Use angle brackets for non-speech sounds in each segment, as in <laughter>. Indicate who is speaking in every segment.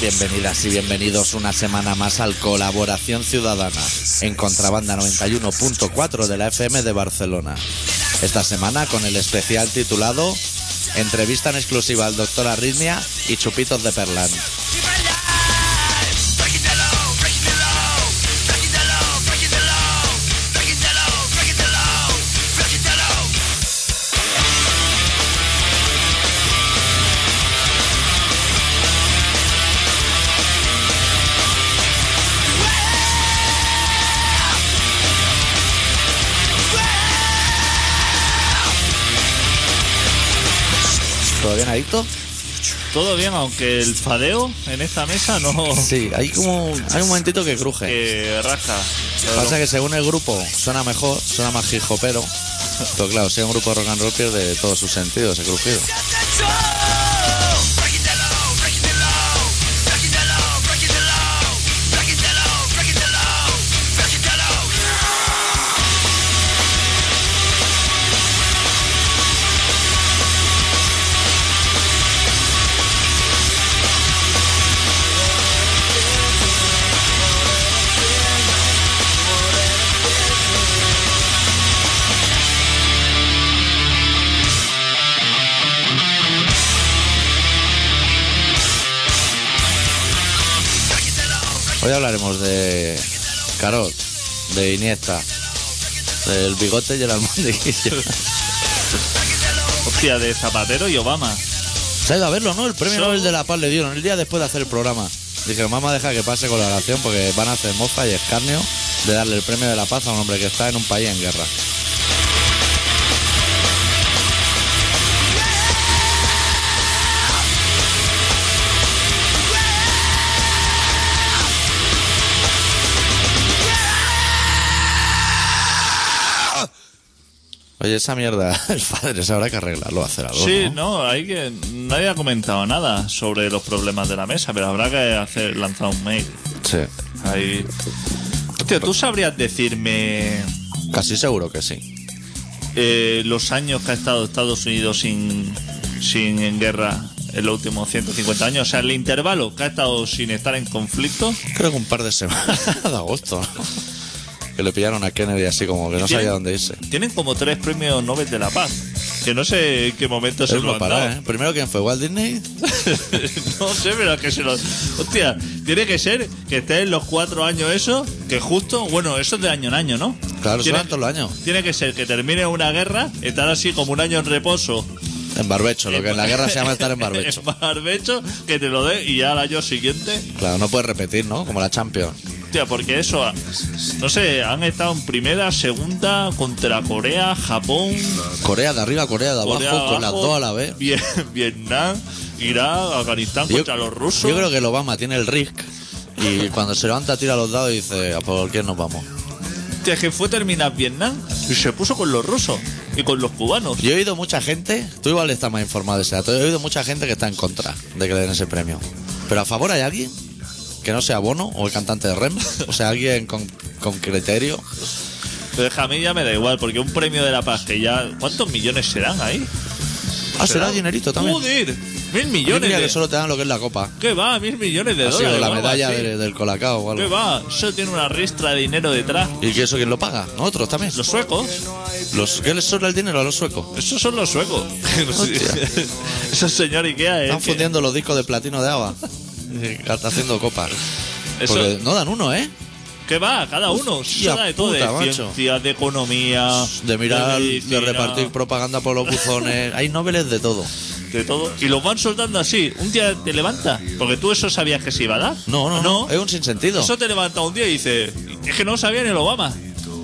Speaker 1: Bienvenidas y bienvenidos una semana más al Colaboración Ciudadana en Contrabanda 91.4 de la FM de Barcelona. Esta semana con el especial titulado Entrevista en exclusiva al doctor Arritmia y Chupitos de Perlán. ¿Todo bien, Adicto?
Speaker 2: Todo bien, aunque el fadeo en esta mesa no
Speaker 1: Sí, hay como un- hay un momentito que cruje.
Speaker 2: Oh. que rasca. Pero
Speaker 1: Pasa que según el grupo suena mejor, suena más hijopero. Pero claro, si es un grupo rock and roll pierde todos sus sentidos, ese crujido. Hoy hablaremos de Carol, de Iniesta, del bigote y el almohadillo.
Speaker 2: Hostia, de Zapatero y Obama.
Speaker 1: Se ha ido a verlo, ¿no? El premio
Speaker 2: Sí.
Speaker 1: Nobel de la Paz le dieron el día después de hacer el programa. Dije, mamá, deja que pase con la oración porque van a hacer mofa y escarnio de darle el premio de la paz a un hombre que está en un país en guerra. Oye, esa mierda, <laughs> el padre se habrá que arreglarlo, hacer algo.
Speaker 2: Sí,
Speaker 1: ¿no?
Speaker 2: no, hay que nadie ha comentado nada sobre los problemas de la mesa, pero habrá que hacer lanzar un mail.
Speaker 1: Sí.
Speaker 2: Ahí. Hostia, ¿tú sabrías decirme
Speaker 1: Casi seguro que sí.
Speaker 2: eh, los años que ha estado Estados Unidos sin, sin en guerra en los últimos 150 años? O sea, el intervalo que ha estado sin estar en conflicto.
Speaker 1: Creo que un par de semanas <laughs> de agosto. ¿no? Que le pillaron a Kennedy así como que no sabía
Speaker 2: Tienen-
Speaker 1: dónde irse.
Speaker 2: Tienen como tres premios Nobel de la Paz. Que no sé en qué momento se
Speaker 1: Es
Speaker 2: lo
Speaker 1: una
Speaker 2: han
Speaker 1: parada,
Speaker 2: dado.
Speaker 1: ¿eh? Primero, ¿quién fue? ¿Walt Disney?
Speaker 2: <laughs> no sé, pero es que se lo. Hostia, tiene que ser que esté en los cuatro años eso, que justo. Bueno, eso es de año en año, ¿no?
Speaker 1: Claro,
Speaker 2: tiene,
Speaker 1: son todos los años.
Speaker 2: tiene que ser que termine una guerra, estar así como un año en reposo.
Speaker 1: En barbecho, lo que en la guerra se llama estar en barbecho.
Speaker 2: <laughs> en barbecho, que te lo dé y ya al año siguiente.
Speaker 1: Claro, no puedes repetir, ¿no? Como la Champions.
Speaker 2: Hostia, porque eso. ah, No sé, han estado en primera, segunda, contra Corea, Japón.
Speaker 1: Corea de arriba, Corea de abajo,
Speaker 2: Corea
Speaker 1: con las
Speaker 2: abajo,
Speaker 1: dos a la vez.
Speaker 2: Vie- Vietnam, Irán, Afganistán
Speaker 1: Yo,
Speaker 2: contra los rusos.
Speaker 1: yo creo que el Obama tiene el risk y cuando se levanta tira los dados y dice, ¿a por quién nos vamos?
Speaker 2: Hostia, es que fue terminar Vietnam y se puso con los rusos y con los cubanos.
Speaker 1: Yo he oído mucha gente, tú igual estás más informado de ese dato, yo he oído mucha gente que está en contra de que le den ese premio. Pero a favor hay alguien que no sea Bono o el cantante de Rem, o sea, alguien con, con criterio.
Speaker 2: Pero es que a mí ya me da igual, porque un premio de la paz que ya. ¿Cuántos millones serán ahí?
Speaker 1: Ah, será dinerito también.
Speaker 2: ¡Joder! ¡Mil
Speaker 1: Yo
Speaker 2: millones!
Speaker 1: diría
Speaker 2: de-
Speaker 1: que solo te dan lo que es la copa.
Speaker 2: ¿Qué va? ¡Mil millones de
Speaker 1: Ha
Speaker 2: dólares!
Speaker 1: sido la
Speaker 2: o algo
Speaker 1: medalla
Speaker 2: así.
Speaker 1: de- del colacao o
Speaker 2: ¿Qué
Speaker 1: algo.
Speaker 2: va? Eso tiene una ristra de dinero detrás.
Speaker 1: ¿Y que eso quién lo paga? Nosotros también.
Speaker 2: Los suecos.
Speaker 1: Los, ¿Qué les sobra el dinero a los suecos?
Speaker 2: Esos son los suecos. <laughs> Esos señor Ikea es
Speaker 1: Están
Speaker 2: que-
Speaker 1: fundiendo los discos de platino de agua. <laughs> haciendo copas.
Speaker 2: Eso-
Speaker 1: Porque no dan uno, ¿eh?
Speaker 2: ¿Qué va? Cada uno.
Speaker 1: Hostia
Speaker 2: Se da de todo.
Speaker 1: puta,
Speaker 2: de
Speaker 1: macho.
Speaker 2: ciencias, de economía.
Speaker 1: De mirar, de
Speaker 2: medicina,
Speaker 1: repartir propaganda por los
Speaker 2: <laughs>
Speaker 1: buzones. Hay noveles de todo.
Speaker 2: de todo. Y los van soltando así. Un día te levanta. Porque tú eso sabías que se iba a dar.
Speaker 1: No, no, no. Es un sinsentido.
Speaker 2: Eso te levanta un día y dice, es que no lo sabía ni el Obama.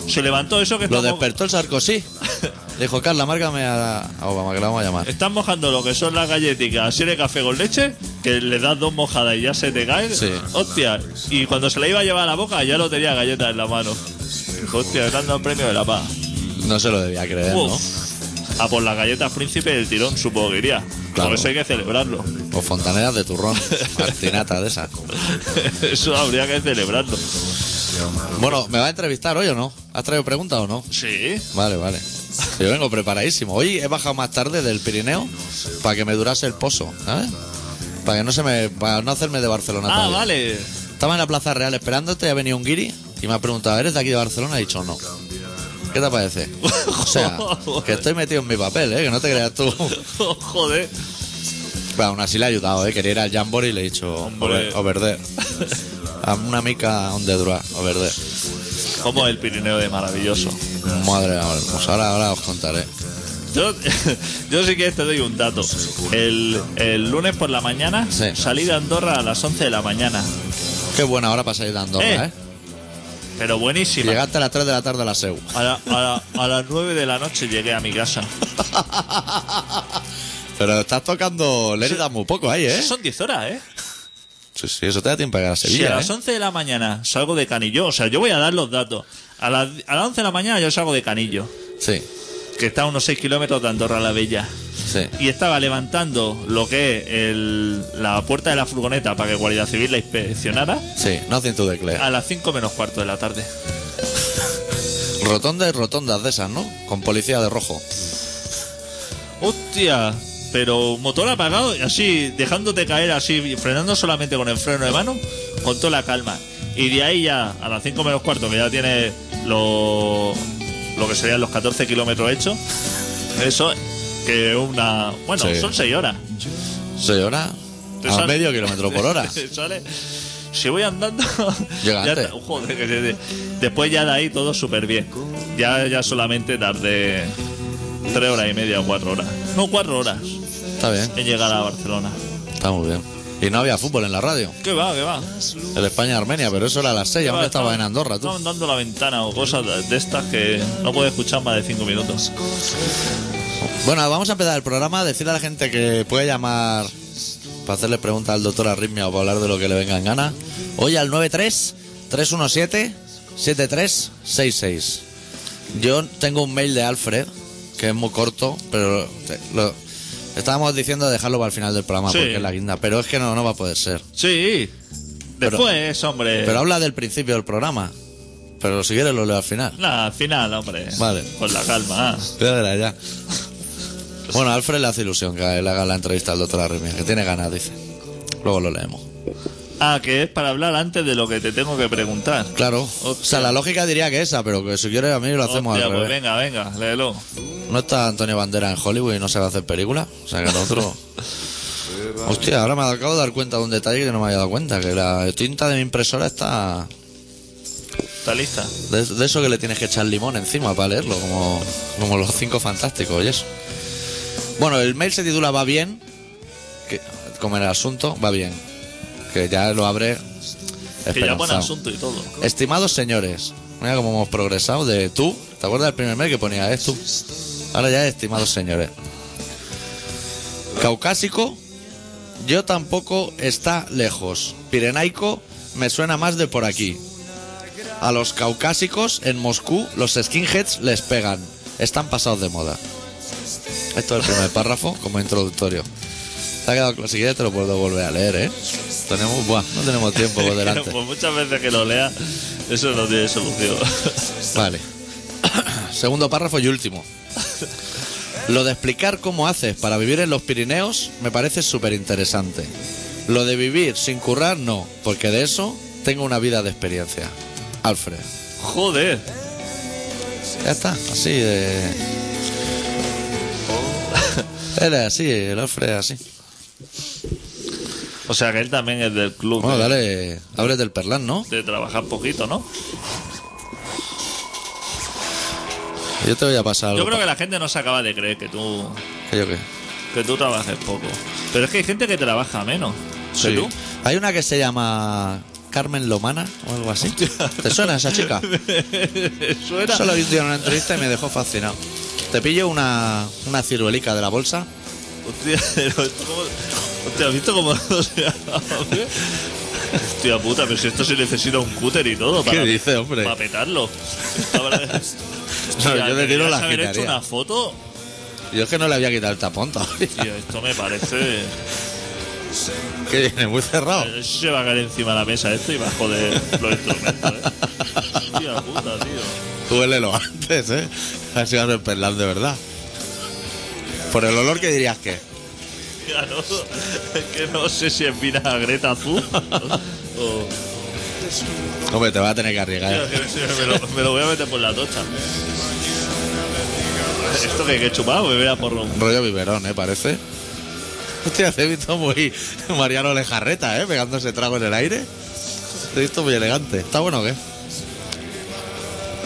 Speaker 2: Se levantó eso que
Speaker 1: Lo
Speaker 2: estamos,
Speaker 1: despertó el Sarkozy. Dijo, Carla, márgame a, a Obama, que la vamos a llamar.
Speaker 2: están mojando lo que son las galletitas así de café con leche, que le das dos mojadas y ya se te caen.
Speaker 1: Sí.
Speaker 2: Hostia, y cuando se la iba a llevar a la boca ya no tenía galletas en la mano. Dijo, Hostia, le han dado un premio de la paz.
Speaker 1: No se lo debía creer, ¿no?
Speaker 2: Uf. A por las galletas príncipe del tirón, supongo que iría.
Speaker 1: Claro.
Speaker 2: Por eso hay que celebrarlo. <laughs>
Speaker 1: O Pues fontaneras de turrón. Martinata de esas.
Speaker 2: eso habría que celebrarlo.
Speaker 1: Bueno, ¿me va a entrevistar hoy o no? ¿Has traído preguntas o no?
Speaker 2: Sí.
Speaker 1: Vale, vale. Yo vengo preparadísimo. Hoy he bajado más tarde del Pirineo para que me durase el pozo, ¿sabes? Para que no se me. Para no hacerme de Barcelona
Speaker 2: Ah,
Speaker 1: todavía.
Speaker 2: vale. <laughs>
Speaker 1: Estaba en la Plaza Real esperándote, ha venido un guiri y me ha preguntado, ¿eres de aquí de Barcelona? He dicho no. ¿Qué te
Speaker 2: <laughs>
Speaker 1: parece? O sea, que estoy metido en mi papel, ¿eh? Que no te creas tú.
Speaker 2: Oh, Joder.
Speaker 1: Pero aún así le he ayudado, ¿eh? Quería ir al Jambor y le he dicho,
Speaker 2: Hombre.
Speaker 1: o verde. A una mica on the droit, o verde.
Speaker 2: Como el Pirineo de maravilloso.
Speaker 1: Madre mía, pues ahora, ahora os contaré.
Speaker 2: Yo, <laughs> yo sí que te doy un dato. El, el lunes por la mañana
Speaker 1: Sí.
Speaker 2: salí de Andorra a las 11 de la mañana.
Speaker 1: Qué buena hora para salir de Andorra,
Speaker 2: Eh.
Speaker 1: ¿eh?
Speaker 2: Pero buenísima.
Speaker 1: Llegaste a las 3 de la tarde a la SEU.
Speaker 2: A, la- a la- a las 9 de la noche llegué a mi casa.
Speaker 1: Pero estás tocando Lérida muy poco ahí, ¿eh?
Speaker 2: Son 10 horas, ¿eh?
Speaker 1: Sí, sí, eso te da tiempo de llegar a
Speaker 2: si a
Speaker 1: Sevilla,
Speaker 2: las
Speaker 1: ¿eh?
Speaker 2: 11 de la mañana salgo de Canillo, o sea, yo voy a dar los datos. A las, a las 11 de la mañana yo salgo de Canillo,
Speaker 1: Sí,
Speaker 2: que está a unos 6 kilómetros de Andorra la Bella.
Speaker 1: sí.
Speaker 2: Y estaba levantando lo que es el- la puerta de la furgoneta para que Guardia Civil la inspeccionara
Speaker 1: Sí, nothing to declare.
Speaker 2: a las 5 menos cuarto de la tarde.
Speaker 1: Rotondas y rotondas de esas, ¿no? Con policía de rojo.
Speaker 2: ¡Hostia! Pero motor apagado y así, dejándote caer así, frenando solamente con el freno de mano, con toda la calma. Y de ahí ya, a las 5 menos cuarto, que ya tiene lo, lo que serían los 14 kilómetros hechos, eso que una... Bueno,
Speaker 1: Sí.
Speaker 2: son 6 horas.
Speaker 1: Señora,
Speaker 2: Te
Speaker 1: a
Speaker 2: sale-
Speaker 1: medio kilómetro por <laughs> hora.
Speaker 2: <laughs> te sale- Si voy andando.
Speaker 1: <laughs> Llega
Speaker 2: ya
Speaker 1: antes.
Speaker 2: está- joder, que se- después ya de ahí todo súper bien. Ya, ya solamente tardé tres horas y media o cuatro horas. No, cuatro horas
Speaker 1: Está bien,
Speaker 2: en llegar a Barcelona.
Speaker 1: está muy bien. Y no había fútbol en la radio.
Speaker 2: ¿Qué va, qué va?
Speaker 1: El España-Armenia, pero eso era a las 6. Aún estaba en Andorra, tú.
Speaker 2: Estaban dando la ventana o cosas de- de estas que no puedes escuchar más de cinco minutos.
Speaker 1: Bueno, vamos a empezar el programa. Decirle a la gente que puede llamar para hacerle preguntas al doctor Arritmia o para hablar de lo que le venga en gana. Hoy al 93-317-7366. Yo tengo un mail de Alfred, que es muy corto, pero te- lo- estábamos diciendo de dejarlo para el final del programa
Speaker 2: Sí.
Speaker 1: porque es la guinda, pero es que no, no va a poder ser.
Speaker 2: Sí. Después, hombre.
Speaker 1: Pero habla del principio del programa, pero si quieres lo leo al final.
Speaker 2: Nada, al final, hombre.
Speaker 1: Vale.
Speaker 2: Con la calma.
Speaker 1: Ya verás, ya. Bueno, a Alfred le hace ilusión que le haga la entrevista al doctor Arrimia, que tiene ganas, dice. Luego lo leemos.
Speaker 2: Ah, que es para hablar antes de lo que te tengo que preguntar.
Speaker 1: Claro. O
Speaker 2: Hostia.
Speaker 1: sea, la lógica diría que esa, pero que si quieres a mí lo hacemos
Speaker 2: Hostia,
Speaker 1: al
Speaker 2: pues
Speaker 1: revés.
Speaker 2: venga, venga, léelo.
Speaker 1: No está Antonio Bandera en Hollywood y no se va a hacer película. O sea, que nosotros... Hostia, ahora me acabo de dar cuenta de un detalle que no me había dado cuenta, que la tinta de mi impresora está...
Speaker 2: Está lista.
Speaker 1: De, de eso que le tienes que echar limón encima para leerlo, como, como los cinco fantásticos y eso. Bueno, el mail se titula Va bien, que, como en el asunto, va bien. Que ya lo abre.
Speaker 2: Que ya pone
Speaker 1: esperanzado.
Speaker 2: asunto y todo.
Speaker 1: Estimados señores, mira cómo hemos progresado de tú. ¿Te acuerdas del primer mail que ponía es tú? Ahora ya es estimados señores. Caucásico, yo tampoco está lejos. Pirenaico me suena más de por aquí. A los caucásicos en Moscú los skinheads les pegan. Están pasados de moda. Esto es el primer párrafo como introductorio. Te ha quedado claro. si quieres te lo puedo volver a leer, ¿eh? Tenemos, buah, no tenemos tiempo por delante.
Speaker 2: <laughs> pues muchas veces que lo lea, eso no tiene solución. <laughs>
Speaker 1: Vale. <coughs> Segundo párrafo y último. Lo de explicar cómo haces para vivir en los Pirineos me parece súper interesante. Lo de vivir sin currar, no, porque de eso tengo una vida de experiencia. Alfred.
Speaker 2: Joder.
Speaker 1: Ya está, así de... <laughs> Era así, el Alfred así.
Speaker 2: O sea que él también es del club
Speaker 1: Bueno,
Speaker 2: de,
Speaker 1: dale, ábrete el perlán, ¿no?
Speaker 2: de trabajar poquito, ¿no?
Speaker 1: Yo te voy a pasar algo.
Speaker 2: Yo creo que la gente no se acaba de creer que tú
Speaker 1: que yo qué.
Speaker 2: que tú trabajes poco. Pero es que hay gente que trabaja menos. ¿Que
Speaker 1: Sí.
Speaker 2: tú?
Speaker 1: Hay una que se llama Carmen Lomana o algo
Speaker 2: <laughs>
Speaker 1: así. ¿Te suena esa chica?
Speaker 2: Suena.
Speaker 1: Solo hice una entrevista y me dejó fascinado. Te pillo una, una ciruelica de la bolsa.
Speaker 2: Hostia, pero esto como- Hostia, ¿has visto cómo <laughs> o sea, Hostia puta, pero si esto se necesita un cúter y todo para,
Speaker 1: dice, hombre?
Speaker 2: para petarlo.
Speaker 1: <laughs>
Speaker 2: Esta verdad- Hostia,
Speaker 1: yo de tiro
Speaker 2: deberías
Speaker 1: la
Speaker 2: haber hecho
Speaker 1: quitaría.
Speaker 2: una foto
Speaker 1: Yo es que no le había quitado el tapón todavía. <laughs>
Speaker 2: Tío, esto me parece.
Speaker 1: Que viene muy cerrado.
Speaker 2: Eso se va a caer encima de la mesa esto y va a joder los instrumentos, ¿eh?
Speaker 1: <laughs>
Speaker 2: Hostia puta, tío.
Speaker 1: Duélelo antes, ¿eh? Ha sido el perlar de verdad. Por el olor que dirías que.
Speaker 2: Claro, es que no sé si es vinagreta azul <laughs> o...
Speaker 1: Hombre, te vas a tener que arriesgar.
Speaker 2: me, lo, me lo voy a meter por la tocha. Esto que, que he chupado, beber a porro.
Speaker 1: Rollo biberón, ¿eh? Parece. Hostia, te he visto muy <laughs> Mariano Lejarreta, ¿eh? Pegándose trago en el aire. Te he visto muy elegante. ¿Está bueno o qué?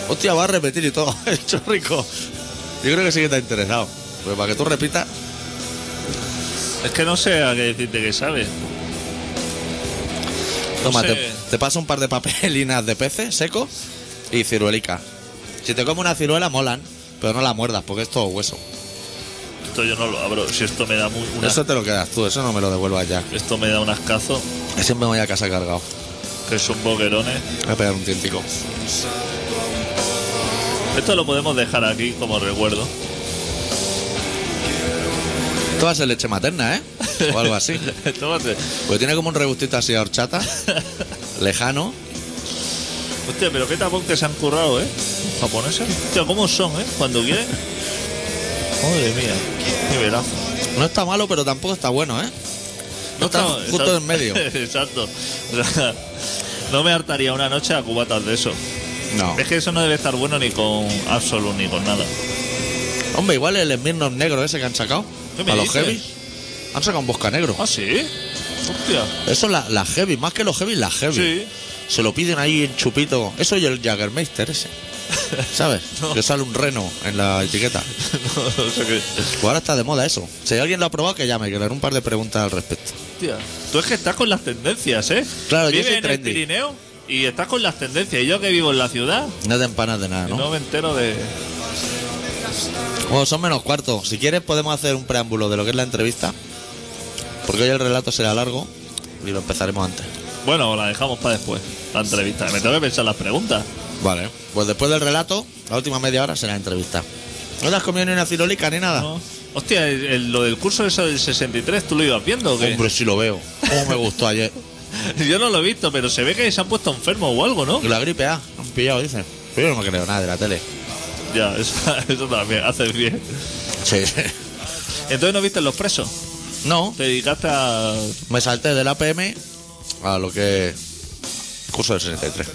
Speaker 1: Hostia, va a repetir y todo. <laughs> El chorrico. Yo creo que sí que está interesado. Pues para que tú repitas.
Speaker 2: Es que no sé a qué decirte que sabe.
Speaker 1: Toma,
Speaker 2: sé.
Speaker 1: te, te paso un par de papelinas de peces seco y ciruelica. Si te comes una ciruela, molan, pero no la muerdas porque es todo hueso.
Speaker 2: Esto yo no lo abro. Si esto me da muy, una-
Speaker 1: Eso te lo quedas tú, eso no me lo devuelvas ya.
Speaker 2: esto me da un ascazo,
Speaker 1: Que Siempre me voy a casa cargado.
Speaker 2: que son boquerones.
Speaker 1: Voy a pegar un tientico.
Speaker 2: Esto lo podemos dejar aquí como recuerdo. <laughs>
Speaker 1: Esto va a ser leche materna, ¿eh? O algo así.
Speaker 2: Tómate.
Speaker 1: Porque tiene como un regustito así a horchata, lejano.
Speaker 2: Hostia, pero qué tapón que se han currado, ¿eh? ¿Japoneses? Hostia, ¿cómo son, eh? Cuando quieren. Madre mía. Qué verazo.
Speaker 1: No está malo, pero tampoco está bueno, ¿eh? No está justo
Speaker 2: exacto.
Speaker 1: en medio.
Speaker 2: <laughs> exacto. O sea, no me hartaría una noche a cubatas de eso. <laughs>
Speaker 1: No.
Speaker 2: Es que eso no debe estar bueno ni con Absolut ni con nada.
Speaker 1: Hombre, igual el Smirnoff negro ese que han sacado.
Speaker 2: ¿Qué me
Speaker 1: Para los
Speaker 2: dices?
Speaker 1: heavy. Han sacado un bosca negro.
Speaker 2: ¿Ah, sí? Hostia.
Speaker 1: Eso la, la heavy, más que los heavy, la heavy.
Speaker 2: Ah. Sí. <laughs>
Speaker 1: Se lo piden ahí en chupito. Eso y el Jaggermeister ese. ¿Sabes?
Speaker 2: No.
Speaker 1: Que sale un reno en la etiqueta.
Speaker 2: no, o sea que-
Speaker 1: Pues ahora está de moda eso. Si alguien lo ha probado, que llame, que le haré un par de preguntas al respecto.
Speaker 2: Hostia. Tú es que estás con las tendencias, ¿eh?
Speaker 1: Claro, yo
Speaker 2: Vives
Speaker 1: soy
Speaker 2: en
Speaker 1: trendy.
Speaker 2: el Pirineo y estás con las tendencias. Y yo que vivo en la ciudad,
Speaker 1: No te empanas de nada,
Speaker 2: no,
Speaker 1: ¿no?
Speaker 2: me entero de...
Speaker 1: Bueno, son menos cuarto. Si quieres podemos hacer un preámbulo de lo que es la entrevista. Porque hoy el relato será largo y lo empezaremos antes.
Speaker 2: Bueno, la dejamos para después, la entrevista. Me tengo que pensar las preguntas.
Speaker 1: Vale. Pues después del relato, la última media hora será entrevista. ¿No te has comido ni una cirolica ni nada?
Speaker 2: ¿no? Hostia, el- el- lo del curso eso del 63, ¿tú lo ibas viendo o qué?
Speaker 1: Hombre, sí lo veo. Cómo me gustó ayer.
Speaker 2: <laughs> Yo no lo he visto, pero se ve que se han puesto enfermos o algo, ¿no?
Speaker 1: La gripe A, han pillado, dicen. Pero yo no me creo nada de la tele.
Speaker 2: Ya, <laughs> eso, eso también, haces bien.
Speaker 1: Sí.
Speaker 2: Entonces no viste los presos.
Speaker 1: No,
Speaker 2: Te dedicaste a.
Speaker 1: me salté del APM a lo que es curso del 63.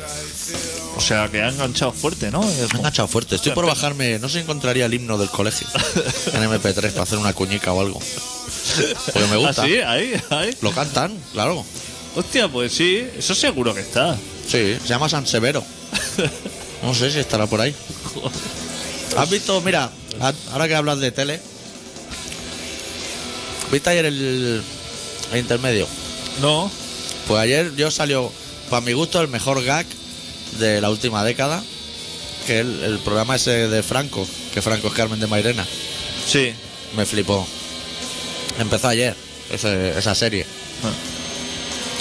Speaker 2: O sea, que ha enganchado fuerte, ¿no? Es
Speaker 1: Me han
Speaker 2: como-
Speaker 1: enganchado fuerte. Estoy por bajarme. No sé si encontraría el himno del
Speaker 2: <laughs>
Speaker 1: colegio en MP3 para hacer una cuñica o algo. Porque me gusta.
Speaker 2: Ah, sí, ahí, ahí.
Speaker 1: Lo cantan, claro.
Speaker 2: Hostia, pues sí, eso seguro que está.
Speaker 1: Sí, se llama San Severo. No sé si estará por ahí. ¿Has visto, mira, a- ahora que hablas de tele? ¿Viste ayer el, el intermedio?
Speaker 2: No,
Speaker 1: Pues ayer yo salió, para mi gusto, el mejor gag de la última década, que es el, el programa ese de Franco, que Franco es Carmen de Mairena.
Speaker 2: sí.
Speaker 1: Me flipó. Empezó ayer ese- esa serie.
Speaker 2: Ah.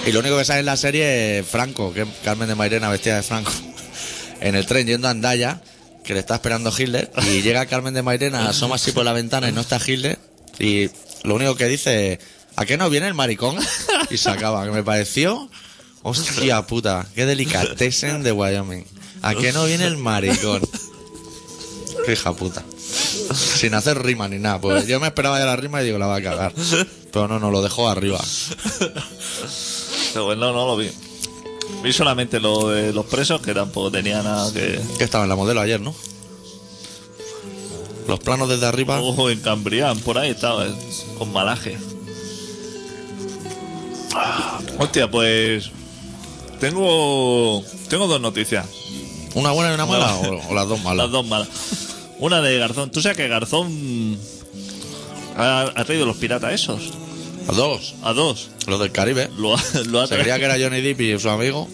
Speaker 1: Y lo único que sale en la serie es Franco, que es Carmen de Mairena vestida de Franco, <laughs> en el tren yendo a Andaya, que le está esperando Hitler, y llega Carmen de Mairena, asoma así por la ventana y no está Hitler, y lo único que dice es, ¿a qué no viene el maricón? <laughs> Y se acaba, que me pareció, hostia puta, qué delicatessen de Wyoming. ¿A qué no viene el maricón? Qué hija puta. Sin hacer rima ni nada, pues yo me esperaba ya la rima y digo, la va a cagar. Pero no, no, lo dejó arriba.
Speaker 2: Pero bueno, no, no lo vi. Vi solamente lo de los presos, que tampoco tenía nada que.
Speaker 1: Que estaba en la modelo ayer, ¿no? Los planos desde arriba.
Speaker 2: Ojo, en Cambrián, por ahí estaba, eh, con malaje. Ah, Hostia, pues. Tengo. Tengo dos noticias.
Speaker 1: ¿Una buena y una mala? O, o las dos malas.
Speaker 2: Las dos malas. Una de Garzón. ¿Tú sabes que Garzón. Ha, ha traído los piratas esos?
Speaker 1: Las dos.
Speaker 2: A dos.
Speaker 1: Los del Caribe.
Speaker 2: Lo, ha- lo ha
Speaker 1: Se creía
Speaker 2: traído,
Speaker 1: que era Johnny Depp y su amigo.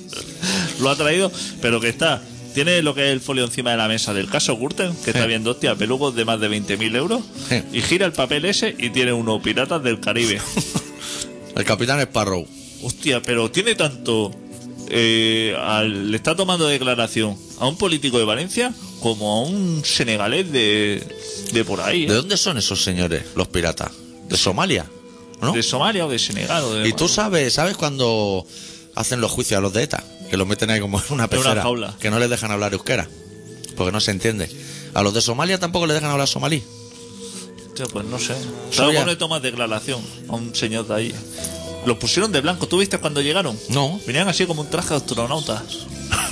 Speaker 2: lo ha traído, pero que está. Tiene lo que es el folio encima de la mesa del caso Curten, que está
Speaker 1: Sí.
Speaker 2: viendo, hostia, pelugos de más de 20.000 euros.
Speaker 1: Sí.
Speaker 2: Y gira el papel ese y tiene uno, piratas
Speaker 1: <laughs>
Speaker 2: del Caribe.
Speaker 1: El capitán Sparrow.
Speaker 2: Hostia, pero tiene tanto. eh, al- le está tomando declaración a un político de Valencia como a un senegalés de, de por ahí. ¿eh?
Speaker 1: ¿De dónde son esos señores, los piratas? ¿De Somalia? ¿No?
Speaker 2: De Somalia o de Senegal. O de
Speaker 1: Y tú sabes, ¿sabes cuando hacen los juicios a los de ETA? Que los meten ahí como en una pecera.
Speaker 2: jaula.
Speaker 1: Que no les dejan hablar euskera. Porque no se entiende. A los de Somalia tampoco les dejan hablar somalí.
Speaker 2: Tío, pues no sé.
Speaker 1: Soria.
Speaker 2: Luego le tomas declaración a un señor de ahí. Los pusieron de blanco. ¿Tú viste cuando llegaron?
Speaker 1: No.
Speaker 2: Venían así como un traje de astronauta.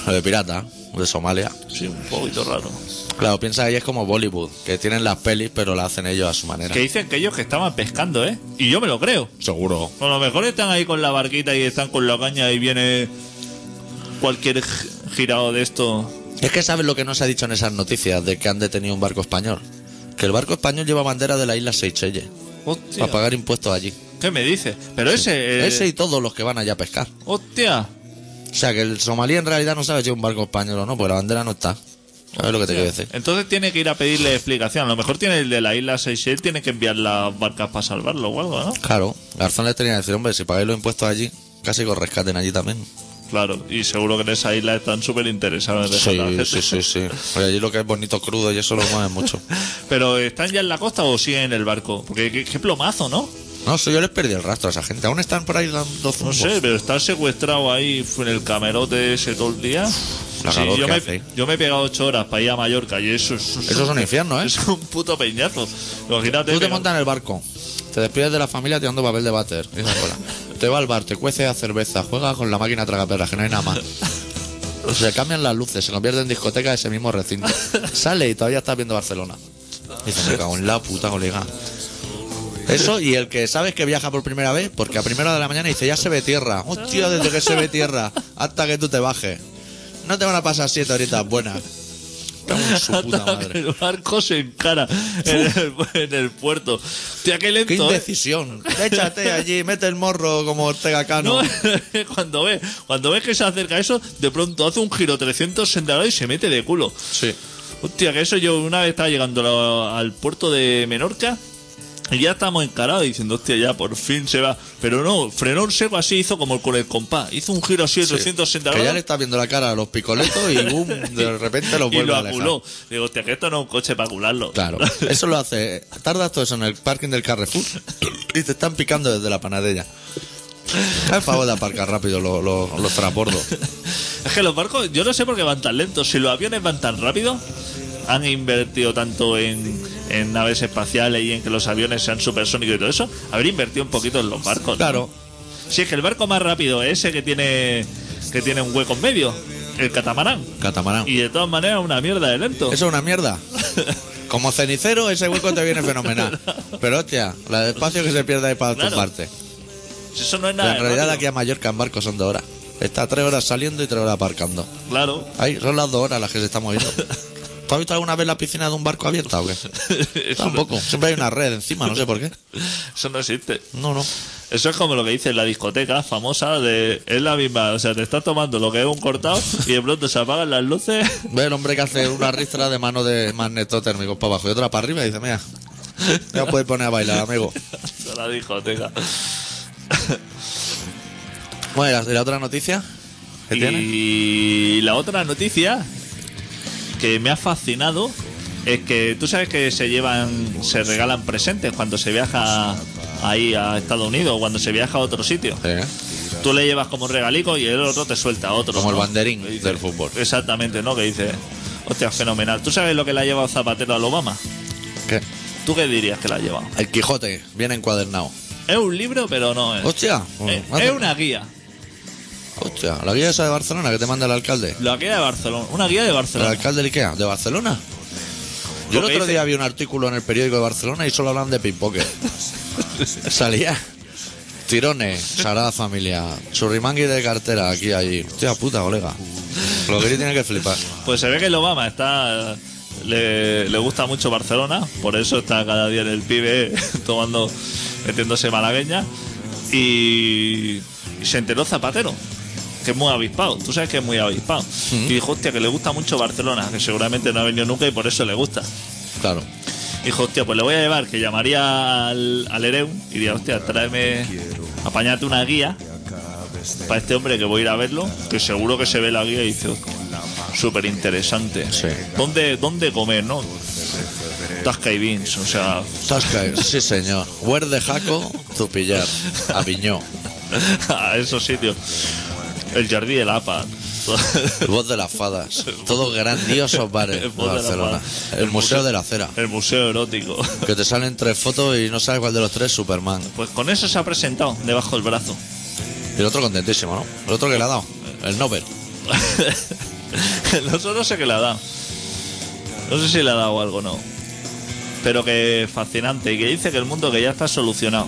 Speaker 1: De pirata, de Somalia.
Speaker 2: Sí, un poquito raro.
Speaker 1: Claro, piensa ahí es como Bollywood, que tienen las pelis pero las hacen ellos a su manera.
Speaker 2: Que dicen que ellos que estaban pescando, ¿eh? Y yo me lo creo.
Speaker 1: Seguro.
Speaker 2: A lo mejor están ahí con la barquita y están con la caña y viene cualquier gi- girado de esto.
Speaker 1: Es que sabes lo que no se ha dicho en esas noticias de que han detenido un barco español. Que el barco español lleva bandera de la isla Seychelles
Speaker 2: Hostia,
Speaker 1: para pagar impuestos allí.
Speaker 2: ¿qué me dices? Pero ese... eh,
Speaker 1: Ese y todos los que van allá a pescar.
Speaker 2: Hostia.
Speaker 1: O sea que el somalí en realidad no sabe si es un barco español o no, porque la bandera no está. ¿Sabes lo que te quiero decir?
Speaker 2: Entonces tiene que ir a pedirle explicación. A lo mejor tiene el de la isla Seychelles, tiene que enviar las barcas para salvarlo o algo, ¿no?
Speaker 1: Claro, Garzón les tenía que decir, hombre, si pagáis los impuestos allí, casi que os rescaten allí también.
Speaker 2: Claro, y seguro que en esa isla están súper interesados en
Speaker 1: Sí,
Speaker 2: rescatar
Speaker 1: sí,
Speaker 2: gente.
Speaker 1: sí, sí. Oye, allí lo que es bonito crudo y eso lo mueven mucho.
Speaker 2: <laughs> Pero ¿están ya en la costa o siguen en el barco? Porque qué, qué plomazo, ¿no?
Speaker 1: No, sí, yo les perdí el rastro a esa gente. Aún están por ahí dando
Speaker 2: No
Speaker 1: zumbos.
Speaker 2: sé, pero estar secuestrado ahí en el camerote ese todo el día.
Speaker 1: la calor
Speaker 2: yo,
Speaker 1: que
Speaker 2: me,
Speaker 1: hace.
Speaker 2: yo me he pegado ocho horas para ir a Mallorca y eso es,
Speaker 1: Eso es un infierno, ¿eh?
Speaker 2: <laughs> es un puto peñazo. Imagínate.
Speaker 1: Tú te
Speaker 2: pegado-
Speaker 1: montas en el barco, te despides de la familia tirando papel de váter. y esa cola. Te va al bar, te cueces a cerveza, juega con la máquina tragaperras, que no hay nada más. Se cambian las luces, se convierte en discoteca ese mismo recinto. Sale y todavía estás viendo Barcelona. Y dices, me cago en la puta, colega. Eso y el que sabes que viaja por primera vez, porque a primera hora de la mañana dice, ya se ve tierra. Hostia, desde que se ve tierra hasta que tú te bajes. No te van a pasar siete horitas buenas. Cago en su puta
Speaker 2: Hasta que
Speaker 1: madre.
Speaker 2: el barco se encara en el, <laughs> en el puerto. Tía, qué
Speaker 1: ¡Qué
Speaker 2: lento, ¿eh?
Speaker 1: indecisión! Échate allí, mete el morro como Ortega Cano.
Speaker 2: No, <laughs> cuando ves cuando ves que se acerca eso, de pronto hace un giro 360 grados y se mete de culo.
Speaker 1: Sí.
Speaker 2: Hostia, que eso yo una vez estaba llegando lo- al puerto de Menorca y ya estábamos encarados diciendo, hostia, ya por fin se va. Pero no, frenó un seco así, hizo como con el compás. Hizo un giro así de 360
Speaker 1: Que ya le
Speaker 2: grados.
Speaker 1: está viendo la cara a los picoletos y boom, de repente los
Speaker 2: <laughs> Y
Speaker 1: vuelve
Speaker 2: lo
Speaker 1: a alejar.
Speaker 2: aculó. Digo, hostia, que esto no es un coche para acularlo. <laughs>
Speaker 1: Claro, eso lo hace. Tardas todo eso en el parking del Carrefour <coughs> y te están picando desde la panadella. Haz el favor de aparcar rápido los, los, los transbordos.
Speaker 2: Es que los barcos, yo no sé por qué van tan lentos. Si los aviones van tan rápido, han invertido tanto en, en naves espaciales y en que los aviones sean supersónicos y todo eso, haber invertido un poquito en los barcos. ¿no?
Speaker 1: Claro,
Speaker 2: Si es que el barco más rápido es ese que tiene, que tiene un hueco en medio, el catamarán.
Speaker 1: catamarán.
Speaker 2: Y de todas maneras, una mierda de lento.
Speaker 1: Eso es una mierda. Como cenicero, ese hueco te viene fenomenal. Pero hostia, el espacio que se pierde ahí para
Speaker 2: Claro.
Speaker 1: tumbarte.
Speaker 2: Si Eso no es
Speaker 1: Pero
Speaker 2: nada.
Speaker 1: en realidad
Speaker 2: rápido.
Speaker 1: aquí a Mallorca en barco son dos horas. Está tres horas saliendo y tres horas aparcando.
Speaker 2: Claro. <laughs>
Speaker 1: Ahí, son las dos horas las que se está moviendo. ¿Tú has visto alguna vez la piscina de un barco abierta
Speaker 2: <laughs>
Speaker 1: o qué?
Speaker 2: Eso, no,
Speaker 1: Tampoco. Siempre hay una red encima, no sé por qué.
Speaker 2: eso no existe.
Speaker 1: No, no.
Speaker 2: Eso es como lo que dice en la discoteca famosa de es la misma, o sea, te estás tomando lo que es un cortado y de pronto se apagan las luces
Speaker 1: Ve el hombre que hace una ristra de mano de magneto térmico para abajo y otra para arriba y dice, mira, ya puedes poner a bailar, amigo.
Speaker 2: <laughs> de la discoteca.
Speaker 1: Bueno, ¿y la- y la otra noticia que
Speaker 2: y
Speaker 1: tiene?
Speaker 2: la otra noticia que me ha fascinado es que tú sabes que se llevan, se regalan presentes cuando se viaja ahí a Estados Unidos o cuando se viaja a otro sitio.
Speaker 1: Eh,
Speaker 2: Tú le llevas como un regalico y el otro te suelta otro.
Speaker 1: Como el
Speaker 2: ¿no?
Speaker 1: banderín
Speaker 2: Que dice-
Speaker 1: del fútbol.
Speaker 2: Exactamente, ¿no? Que dice, hostia, fenomenal. ¿Tú sabes lo que le ha llevado Zapatero al Obama?
Speaker 1: ¿Qué?
Speaker 2: ¿Tú qué dirías que le ha llevado?
Speaker 1: El Quijote, bien encuadernado.
Speaker 2: Es un libro, pero no es.
Speaker 1: Hostia.
Speaker 2: Eh,
Speaker 1: hace-
Speaker 2: es una guía.
Speaker 1: Hostia, la guía esa de Barcelona que te manda el alcalde.
Speaker 2: La guía de Barcelona. Una guía de
Speaker 1: ¿El
Speaker 2: Barcelona.
Speaker 1: alcalde de Ikea? ¿De Barcelona? Yo el
Speaker 2: Lo que
Speaker 1: otro
Speaker 2: dice-
Speaker 1: día vi un artículo en el periódico de Barcelona y solo hablan de
Speaker 2: <laughs>
Speaker 1: pickpocket. Salía. Tirones, Sagrada Familia, churrimangui de cartera, aquí, allí. Hostia puta, colega. Lo que tiene que flipar.
Speaker 2: Pues se ve que el Obama está. Le, le gusta mucho Barcelona, por eso está cada día en el pibe <laughs> tomando, metiéndose malagueña. Y, y se enteró Zapatero, que es muy avispado, tú sabes que es muy avispado. Y dijo, hostia, que le gusta mucho Barcelona, que seguramente no ha venido nunca y por eso le gusta.
Speaker 1: Claro.
Speaker 2: Dijo, hostia, pues le voy a llevar, que llamaría al, al Ereu y diría, hostia, tráeme, apañate una guía para este hombre que voy a ir a verlo, que seguro que se ve la guía y dice, súper interesante.
Speaker 1: Sí.
Speaker 2: ¿Dónde, ¿Dónde comer, no? Tasca y beans, o sea, <laughs>
Speaker 1: Tasca, sí señor. Huer de Jaco, Zupillar, Aviñó.
Speaker 2: a esos sitios. El jardín del APA. <laughs>
Speaker 1: Voz de las fadas. Todos grandiosos bares de
Speaker 2: Voz de las
Speaker 1: Barcelona.
Speaker 2: Fadas.
Speaker 1: El Museo de la Cera.
Speaker 2: El museo erótico.
Speaker 1: Que te salen tres fotos y no sabes cuál de los tres es Superman.
Speaker 2: Pues con eso se ha presentado debajo del brazo.
Speaker 1: Y el otro contentísimo, ¿no? El otro que le ha dado. El Nobel.
Speaker 2: <laughs> el otro no sé qué le ha dado. No sé si le ha dado algo o no. Pero que fascinante. Y que dice que el mundo que ya está solucionado.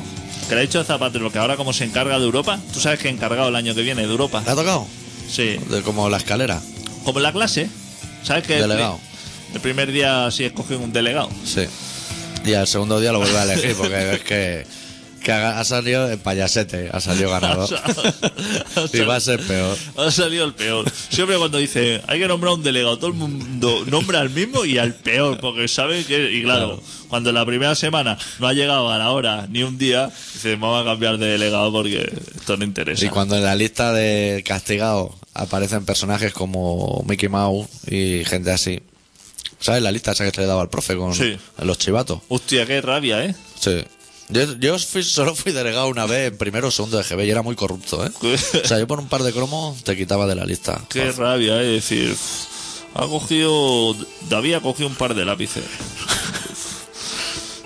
Speaker 2: Que le ha dicho Zapatero que ahora como se encarga de Europa, tú sabes que encargado el año que viene de Europa.
Speaker 1: ¿Le ha tocado?
Speaker 2: Sí.
Speaker 1: De como la escalera.
Speaker 2: Como en la clase. ¿Sabes que
Speaker 1: Delegado.
Speaker 2: El primer día sí escogen un delegado.
Speaker 1: Sí. Y al segundo día lo vuelve a elegir porque es que, que ha, ha salido el payasete, ha salido
Speaker 2: <laughs>
Speaker 1: ganador. <laughs> Y va a ser peor.
Speaker 2: Ha salido el peor. Siempre cuando dice hay que nombrar un delegado, todo el mundo nombra al mismo y al peor, porque sabe que. Y claro, cuando la primera semana no ha llegado a la hora ni un día, dice vamos a cambiar de delegado porque esto no interesa.
Speaker 1: Y cuando en la lista de castigados aparecen personajes como Mickey Mouse y gente así. ¿Sabes la lista esa que te le daba al profe con
Speaker 2: Sí.
Speaker 1: los chivatos?
Speaker 2: Hostia, qué rabia, ¿eh?
Speaker 1: Sí. Yo, yo fui- solo fui delegado una vez en primero o segundo de GB y era muy corrupto, ¿eh? O sea, yo por un par de cromos te quitaba de la lista.
Speaker 2: <laughs> Qué rabia, ¿eh? Es decir, ha cogido. David ha cogido un par de lápices.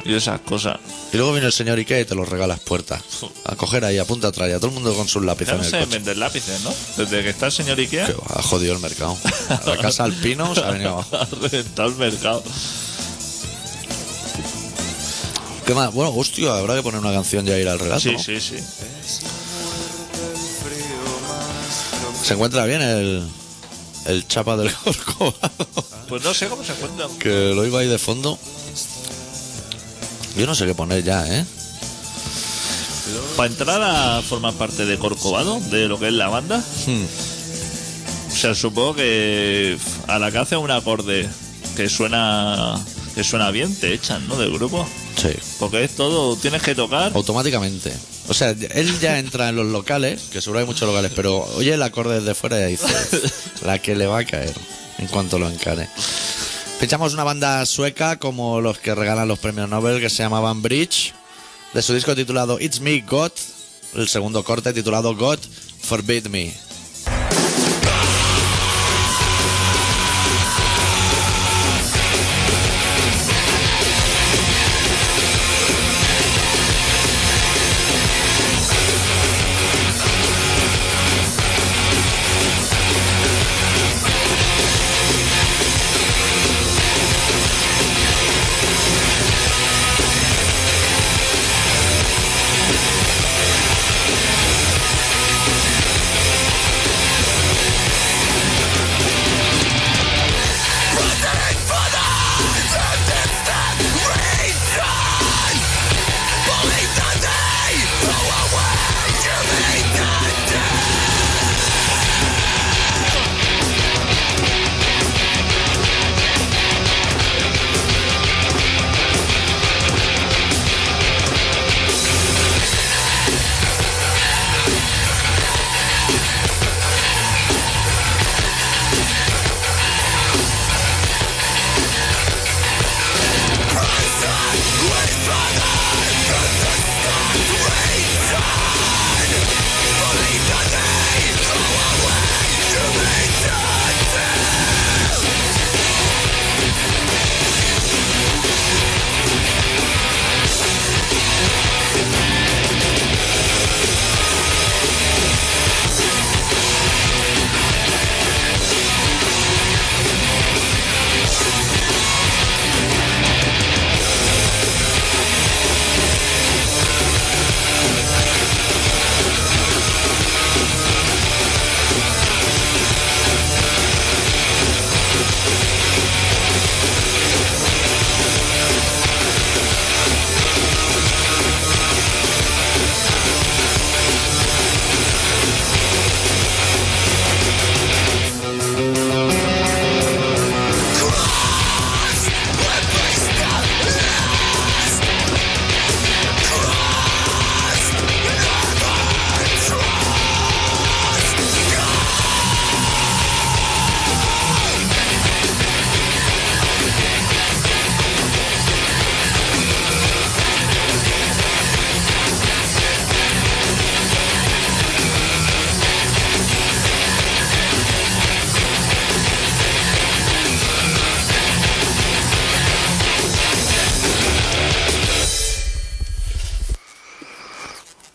Speaker 2: Y esas cosas.
Speaker 1: Y luego viene el señor Ikea y te los regala a las puertas. A coger ahí, a punta atrás, y a todo el mundo con sus lápices
Speaker 2: Ya no
Speaker 1: en el
Speaker 2: se
Speaker 1: coche.
Speaker 2: vender lápices, ¿no? Desde que está el señor Ikea.
Speaker 1: Que va, ha jodido el mercado. La casa Alpino se ha venido abajo.
Speaker 2: <laughs> Ha reventado el mercado.
Speaker 1: ¿Qué más? Bueno, hostia, habrá que poner una canción ya ir al relato.
Speaker 2: Sí,
Speaker 1: ¿no?
Speaker 2: sí, sí.
Speaker 1: Se encuentra bien el, el chapa del Corcovado,
Speaker 2: Pues no sé cómo se encuentra.
Speaker 1: <laughs> que lo iba ahí de fondo. Yo no sé qué poner ya, ¿eh?
Speaker 2: Para entrar a formar parte de Corcovado, de lo que es la banda,
Speaker 1: Hmm.
Speaker 2: o sea, supongo que a la que hace un acorde que suena que suena bien, te echan, ¿no? Del grupo.
Speaker 1: Sí.
Speaker 2: Porque es todo, tienes que tocar.
Speaker 1: Automáticamente. O sea, él ya entra en los locales, que seguro hay muchos locales, pero oye el acorde desde fuera y dice, la que le va a caer en cuanto lo encare. Pinchamos una banda sueca como los que regalan los premios Nobel, que se llamaban Bridge, de su disco titulado It's Me, God, el segundo corte titulado God, Forbid Me.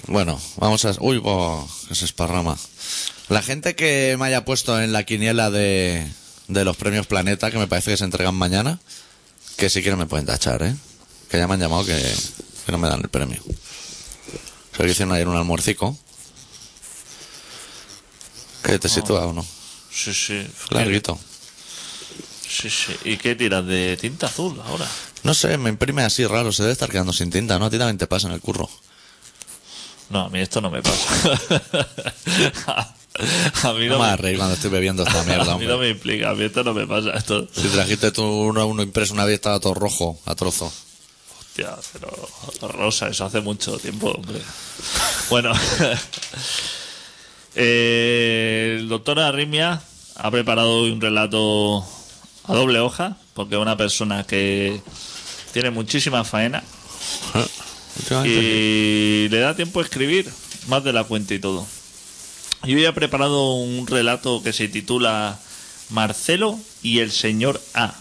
Speaker 1: Bueno, vamos a. Uy, bo, que se esparrama. La gente que me haya puesto en la quiniela de, de los premios Planeta, que me parece que se entregan mañana, que si quieren me pueden tachar, ¿eh? Que ya me han llamado que, que no me dan el premio. Se lo hicieron ayer un almuercico. Que te sitúa o no.
Speaker 2: Sí, sí.
Speaker 1: Larguito.
Speaker 2: Sí, sí. ¿Y qué tiras de tinta azul ahora?
Speaker 1: No sé, me imprime así raro, se debe estar quedando sin tinta, ¿no? A ti también te pasa en el curro.
Speaker 2: No, a mí esto no me pasa. <laughs> a mí
Speaker 1: No me
Speaker 2: no me,
Speaker 1: hagas reír cuando estoy bebiendo esta mierda,
Speaker 2: a mí no
Speaker 1: hombre.
Speaker 2: me implica, a mí esto no me pasa. Esto,
Speaker 1: Si trajiste tú uno, uno impreso una vez estaba todo rojo, a trozo.
Speaker 2: Hostia, pero Rosa, eso hace mucho tiempo, hombre. Bueno, <laughs> eh, el doctor Arrimia ha preparado hoy un relato a doble hoja, porque es una persona que tiene muchísima faena y le da tiempo a escribir más de la cuenta y todo. Yo ya he preparado un relato que se titula Marcelo y el señor A.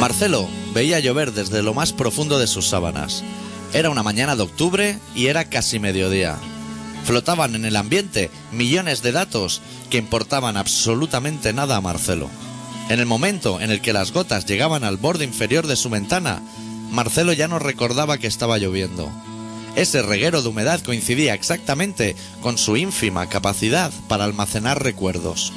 Speaker 1: Marcelo veía llover desde lo más profundo de sus sábanas. Era una mañana de octubre y era casi mediodía. Flotaban en el ambiente millones de datos que importaban absolutamente nada a Marcelo. En el momento en el que las gotas llegaban al borde inferior de su ventana, Marcelo ya no recordaba que estaba lloviendo. Ese reguero de humedad coincidía exactamente con su ínfima capacidad para almacenar recuerdos.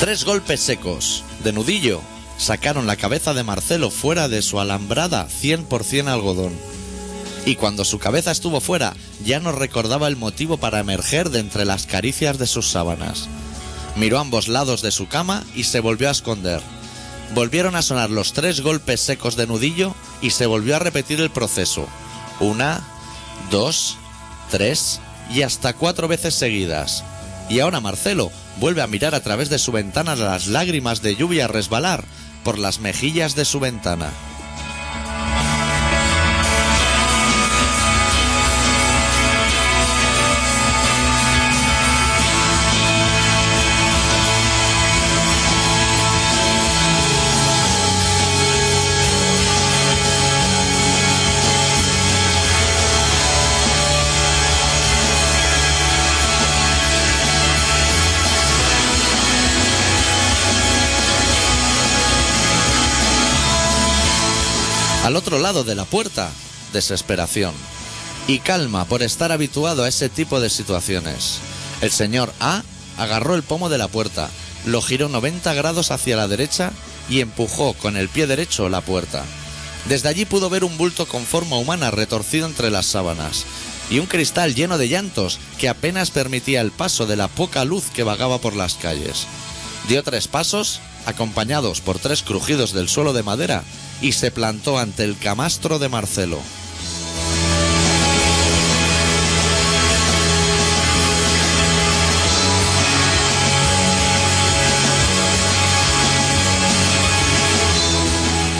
Speaker 1: Tres golpes secos, de nudillo, sacaron la cabeza de Marcelo fuera de su alambrada 100% algodón. Y cuando su cabeza estuvo fuera, ya no recordaba el motivo para emerger de entre las caricias de sus sábanas. Miró a ambos lados de su cama y se volvió a esconder. Volvieron a sonar los tres golpes secos de nudillo y se volvió a repetir el proceso. Una, dos, tres y hasta cuatro veces seguidas. Y ahora Marcelo vuelve a mirar a través de su ventana las lágrimas de lluvia resbalar por las mejillas de su ventana. Al otro lado de la puerta, desesperación. Y calma por estar habituado a ese tipo de situaciones. El señor A agarró el pomo de la puerta, lo giró 90 grados hacia la derecha y empujó con el pie derecho la puerta. Desde allí pudo ver un bulto con forma humana retorcido entre las sábanas y un cristal lleno de llantos que apenas permitía el paso de la poca luz que vagaba por las calles. Dio tres pasos, acompañados por tres crujidos del suelo de madera, y se plantó ante el camastro de Marcelo.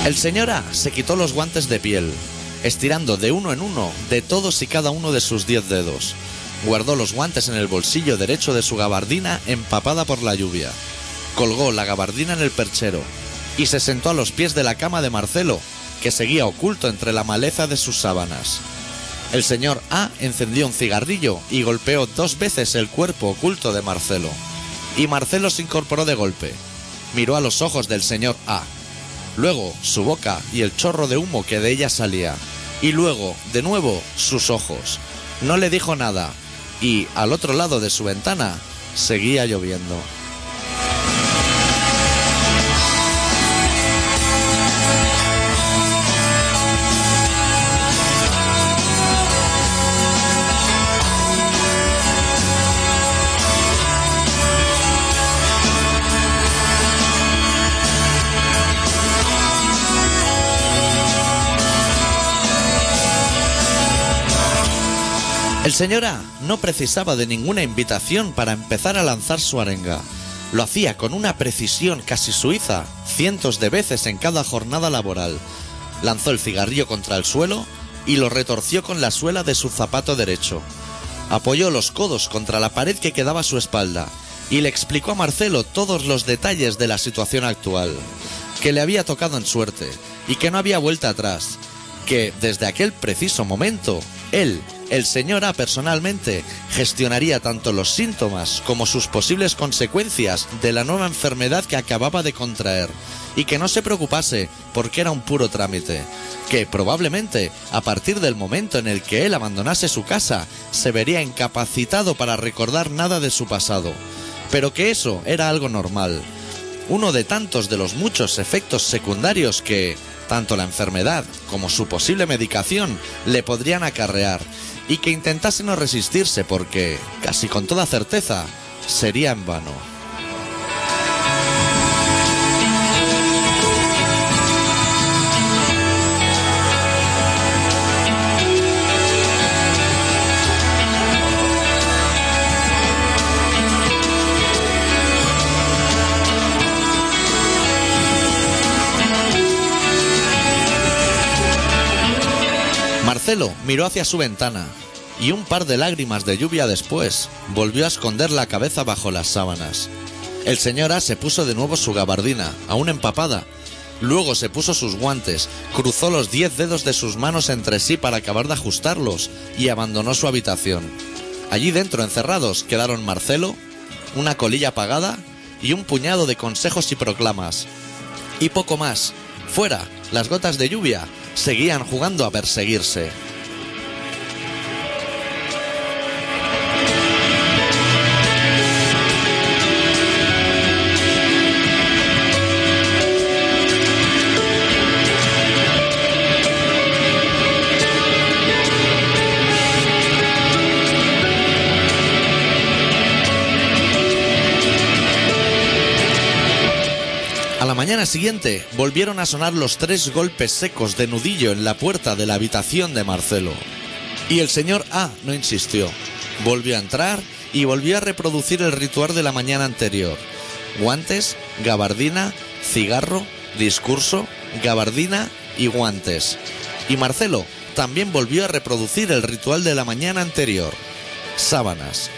Speaker 1: El señor A se quitó los guantes de piel, estirando de uno en uno de todos y cada uno de sus diez dedos. Guardó los guantes en el bolsillo derecho de su gabardina empapada por la lluvia. Colgó la gabardina en el perchero y se sentó a los pies de la cama de Marcelo, que seguía oculto entre la maleza de sus sábanas. El señor A encendió un cigarrillo y golpeó dos veces el cuerpo oculto de Marcelo. Y Marcelo se incorporó de golpe. Miró a los ojos del señor A. Luego su boca y el chorro de humo que de ella salía. Y luego, de nuevo, sus ojos. No le dijo nada. Y al otro lado de su ventana seguía lloviendo. El señor A no precisaba de ninguna invitación para empezar a lanzar su arenga. Lo hacía con una precisión casi suiza, cientos de veces en cada jornada laboral. Lanzó el cigarrillo contra el suelo y lo retorció con la suela de su zapato derecho. Apoyó los codos contra la pared que quedaba a su espalda y le explicó a Marcelo todos los detalles de la situación actual. Que le había tocado en suerte y que no había vuelta atrás. Que desde aquel preciso momento, él, el señor A personalmente, gestionaría tanto los síntomas como sus posibles consecuencias de la nueva enfermedad que acababa de contraer. Y que no se preocupase porque era un puro trámite. Que probablemente, a partir del momento en el que él abandonase su casa, se vería incapacitado para recordar nada de su pasado pero que eso era algo normal. Uno de tantos de los muchos efectos secundarios que, tanto la enfermedad como su posible medicación, le podrían acarrear, y que intentase no resistirse porque, casi con toda certeza, sería en vano. Marcelo miró hacia su ventana y un par de lágrimas de lluvia después volvió a esconder la cabeza bajo las sábanas. El señor A se puso de nuevo su gabardina, aún empapada. Luego se puso sus guantes, cruzó los diez dedos de sus manos entre sí para acabar de ajustarlos y abandonó su habitación. Allí dentro, encerrados, quedaron Marcelo, una colilla apagada y un puñado de consejos y proclamas. Y poco más. Fuera, las gotas de lluvia seguían jugando a perseguirse. A la mañana siguiente volvieron a sonar los tres golpes secos de nudillo en la puerta de la habitación de Marcelo. Y el señor A no insistió. Volvió a entrar y volvió a reproducir el ritual de la mañana anterior. Guantes, gabardina, cigarro, discurso, gabardina y guantes. Y Marcelo también volvió a reproducir el ritual de la mañana anterior. Sábanas,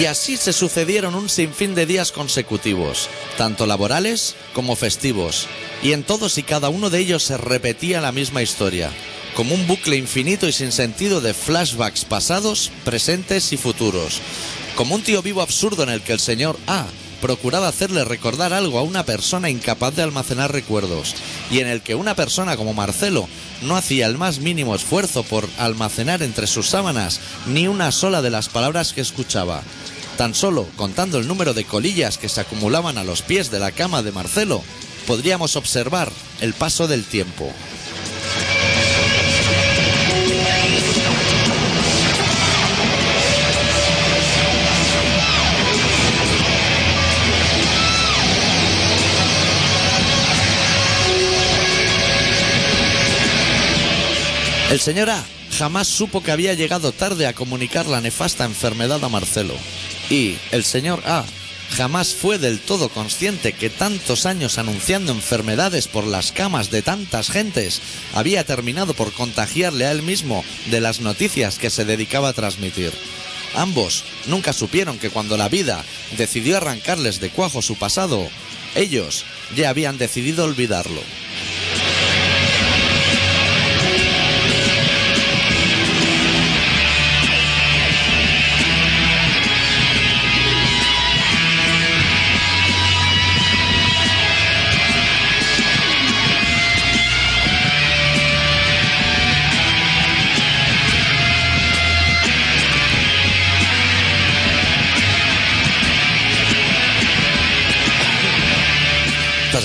Speaker 1: Y así se sucedieron un sinfín de días consecutivos, tanto laborales como festivos, y en todos y cada uno de ellos se repetía la misma historia, como un bucle infinito y sin sentido de flashbacks pasados, presentes y futuros, como un tío vivo absurdo en el que el señor A procuraba hacerle recordar algo a una persona incapaz de almacenar recuerdos, y en el que una persona como Marcelo no hacía el más mínimo esfuerzo por almacenar entre sus sábanas ni una sola de las palabras que escuchaba. Tan solo contando el número de colillas que se acumulaban a los pies de la cama de Marcelo, podríamos observar el paso del tiempo. El señor A jamás supo que había llegado tarde a comunicar la nefasta enfermedad a Marcelo. Y el señor A jamás fue del todo consciente que tantos años anunciando enfermedades por las camas de tantas gentes había terminado por contagiarle a él mismo de las noticias que se dedicaba a transmitir. Ambos nunca supieron que cuando la vida decidió arrancarles de cuajo su pasado, ellos ya habían decidido olvidarlo. Estás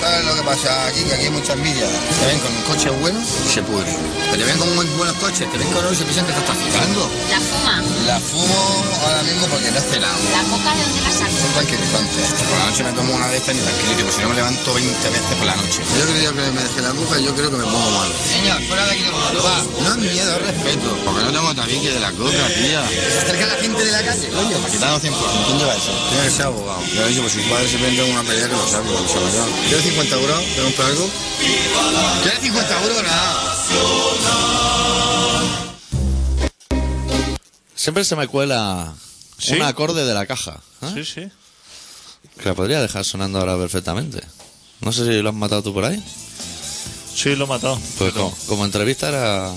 Speaker 3: ¿Sabes lo que pasa aquí? Que aquí hay muchas millas. Te ven con coches buenos y se pudren. Que te ven con muy buenos coches, te ven con uno y se piensan que estás traficando.
Speaker 4: La fuma.
Speaker 3: La fumo ahora mismo porque no he cenado.
Speaker 4: La coca de dónde la
Speaker 3: Son
Speaker 4: sacas.
Speaker 3: tranquilizantes. Por la noche me tomo una de estas y tranquilítico, si no me levanto 20 veces por la noche. Yo creo que me dejé la aguja y yo creo que me pongo mal. Señor, fuera de aquí de coca. No es miedo, es respeto. Porque no tengo tabique de la coca, tía. Se acerca la gente de la calle, coño. pues Para quitarnos tiempo. ¿Quién lleva eso? Tiene que ser abogado. Yo he dicho, pues si tu padre se prende una pelea que lo sabe, lo sabe yo. ¿Quieres 50 euros? ¿Te compro algo? ¿Quieres 50 euros? Nada.
Speaker 1: Siempre se me cuela
Speaker 2: Sí.
Speaker 1: un acorde de la caja. ¿eh?
Speaker 2: Sí, sí.
Speaker 1: Que la podría dejar sonando ahora perfectamente. No sé si lo has matado tú por ahí.
Speaker 2: Sí, lo he matado.
Speaker 1: Pues como, como entrevista era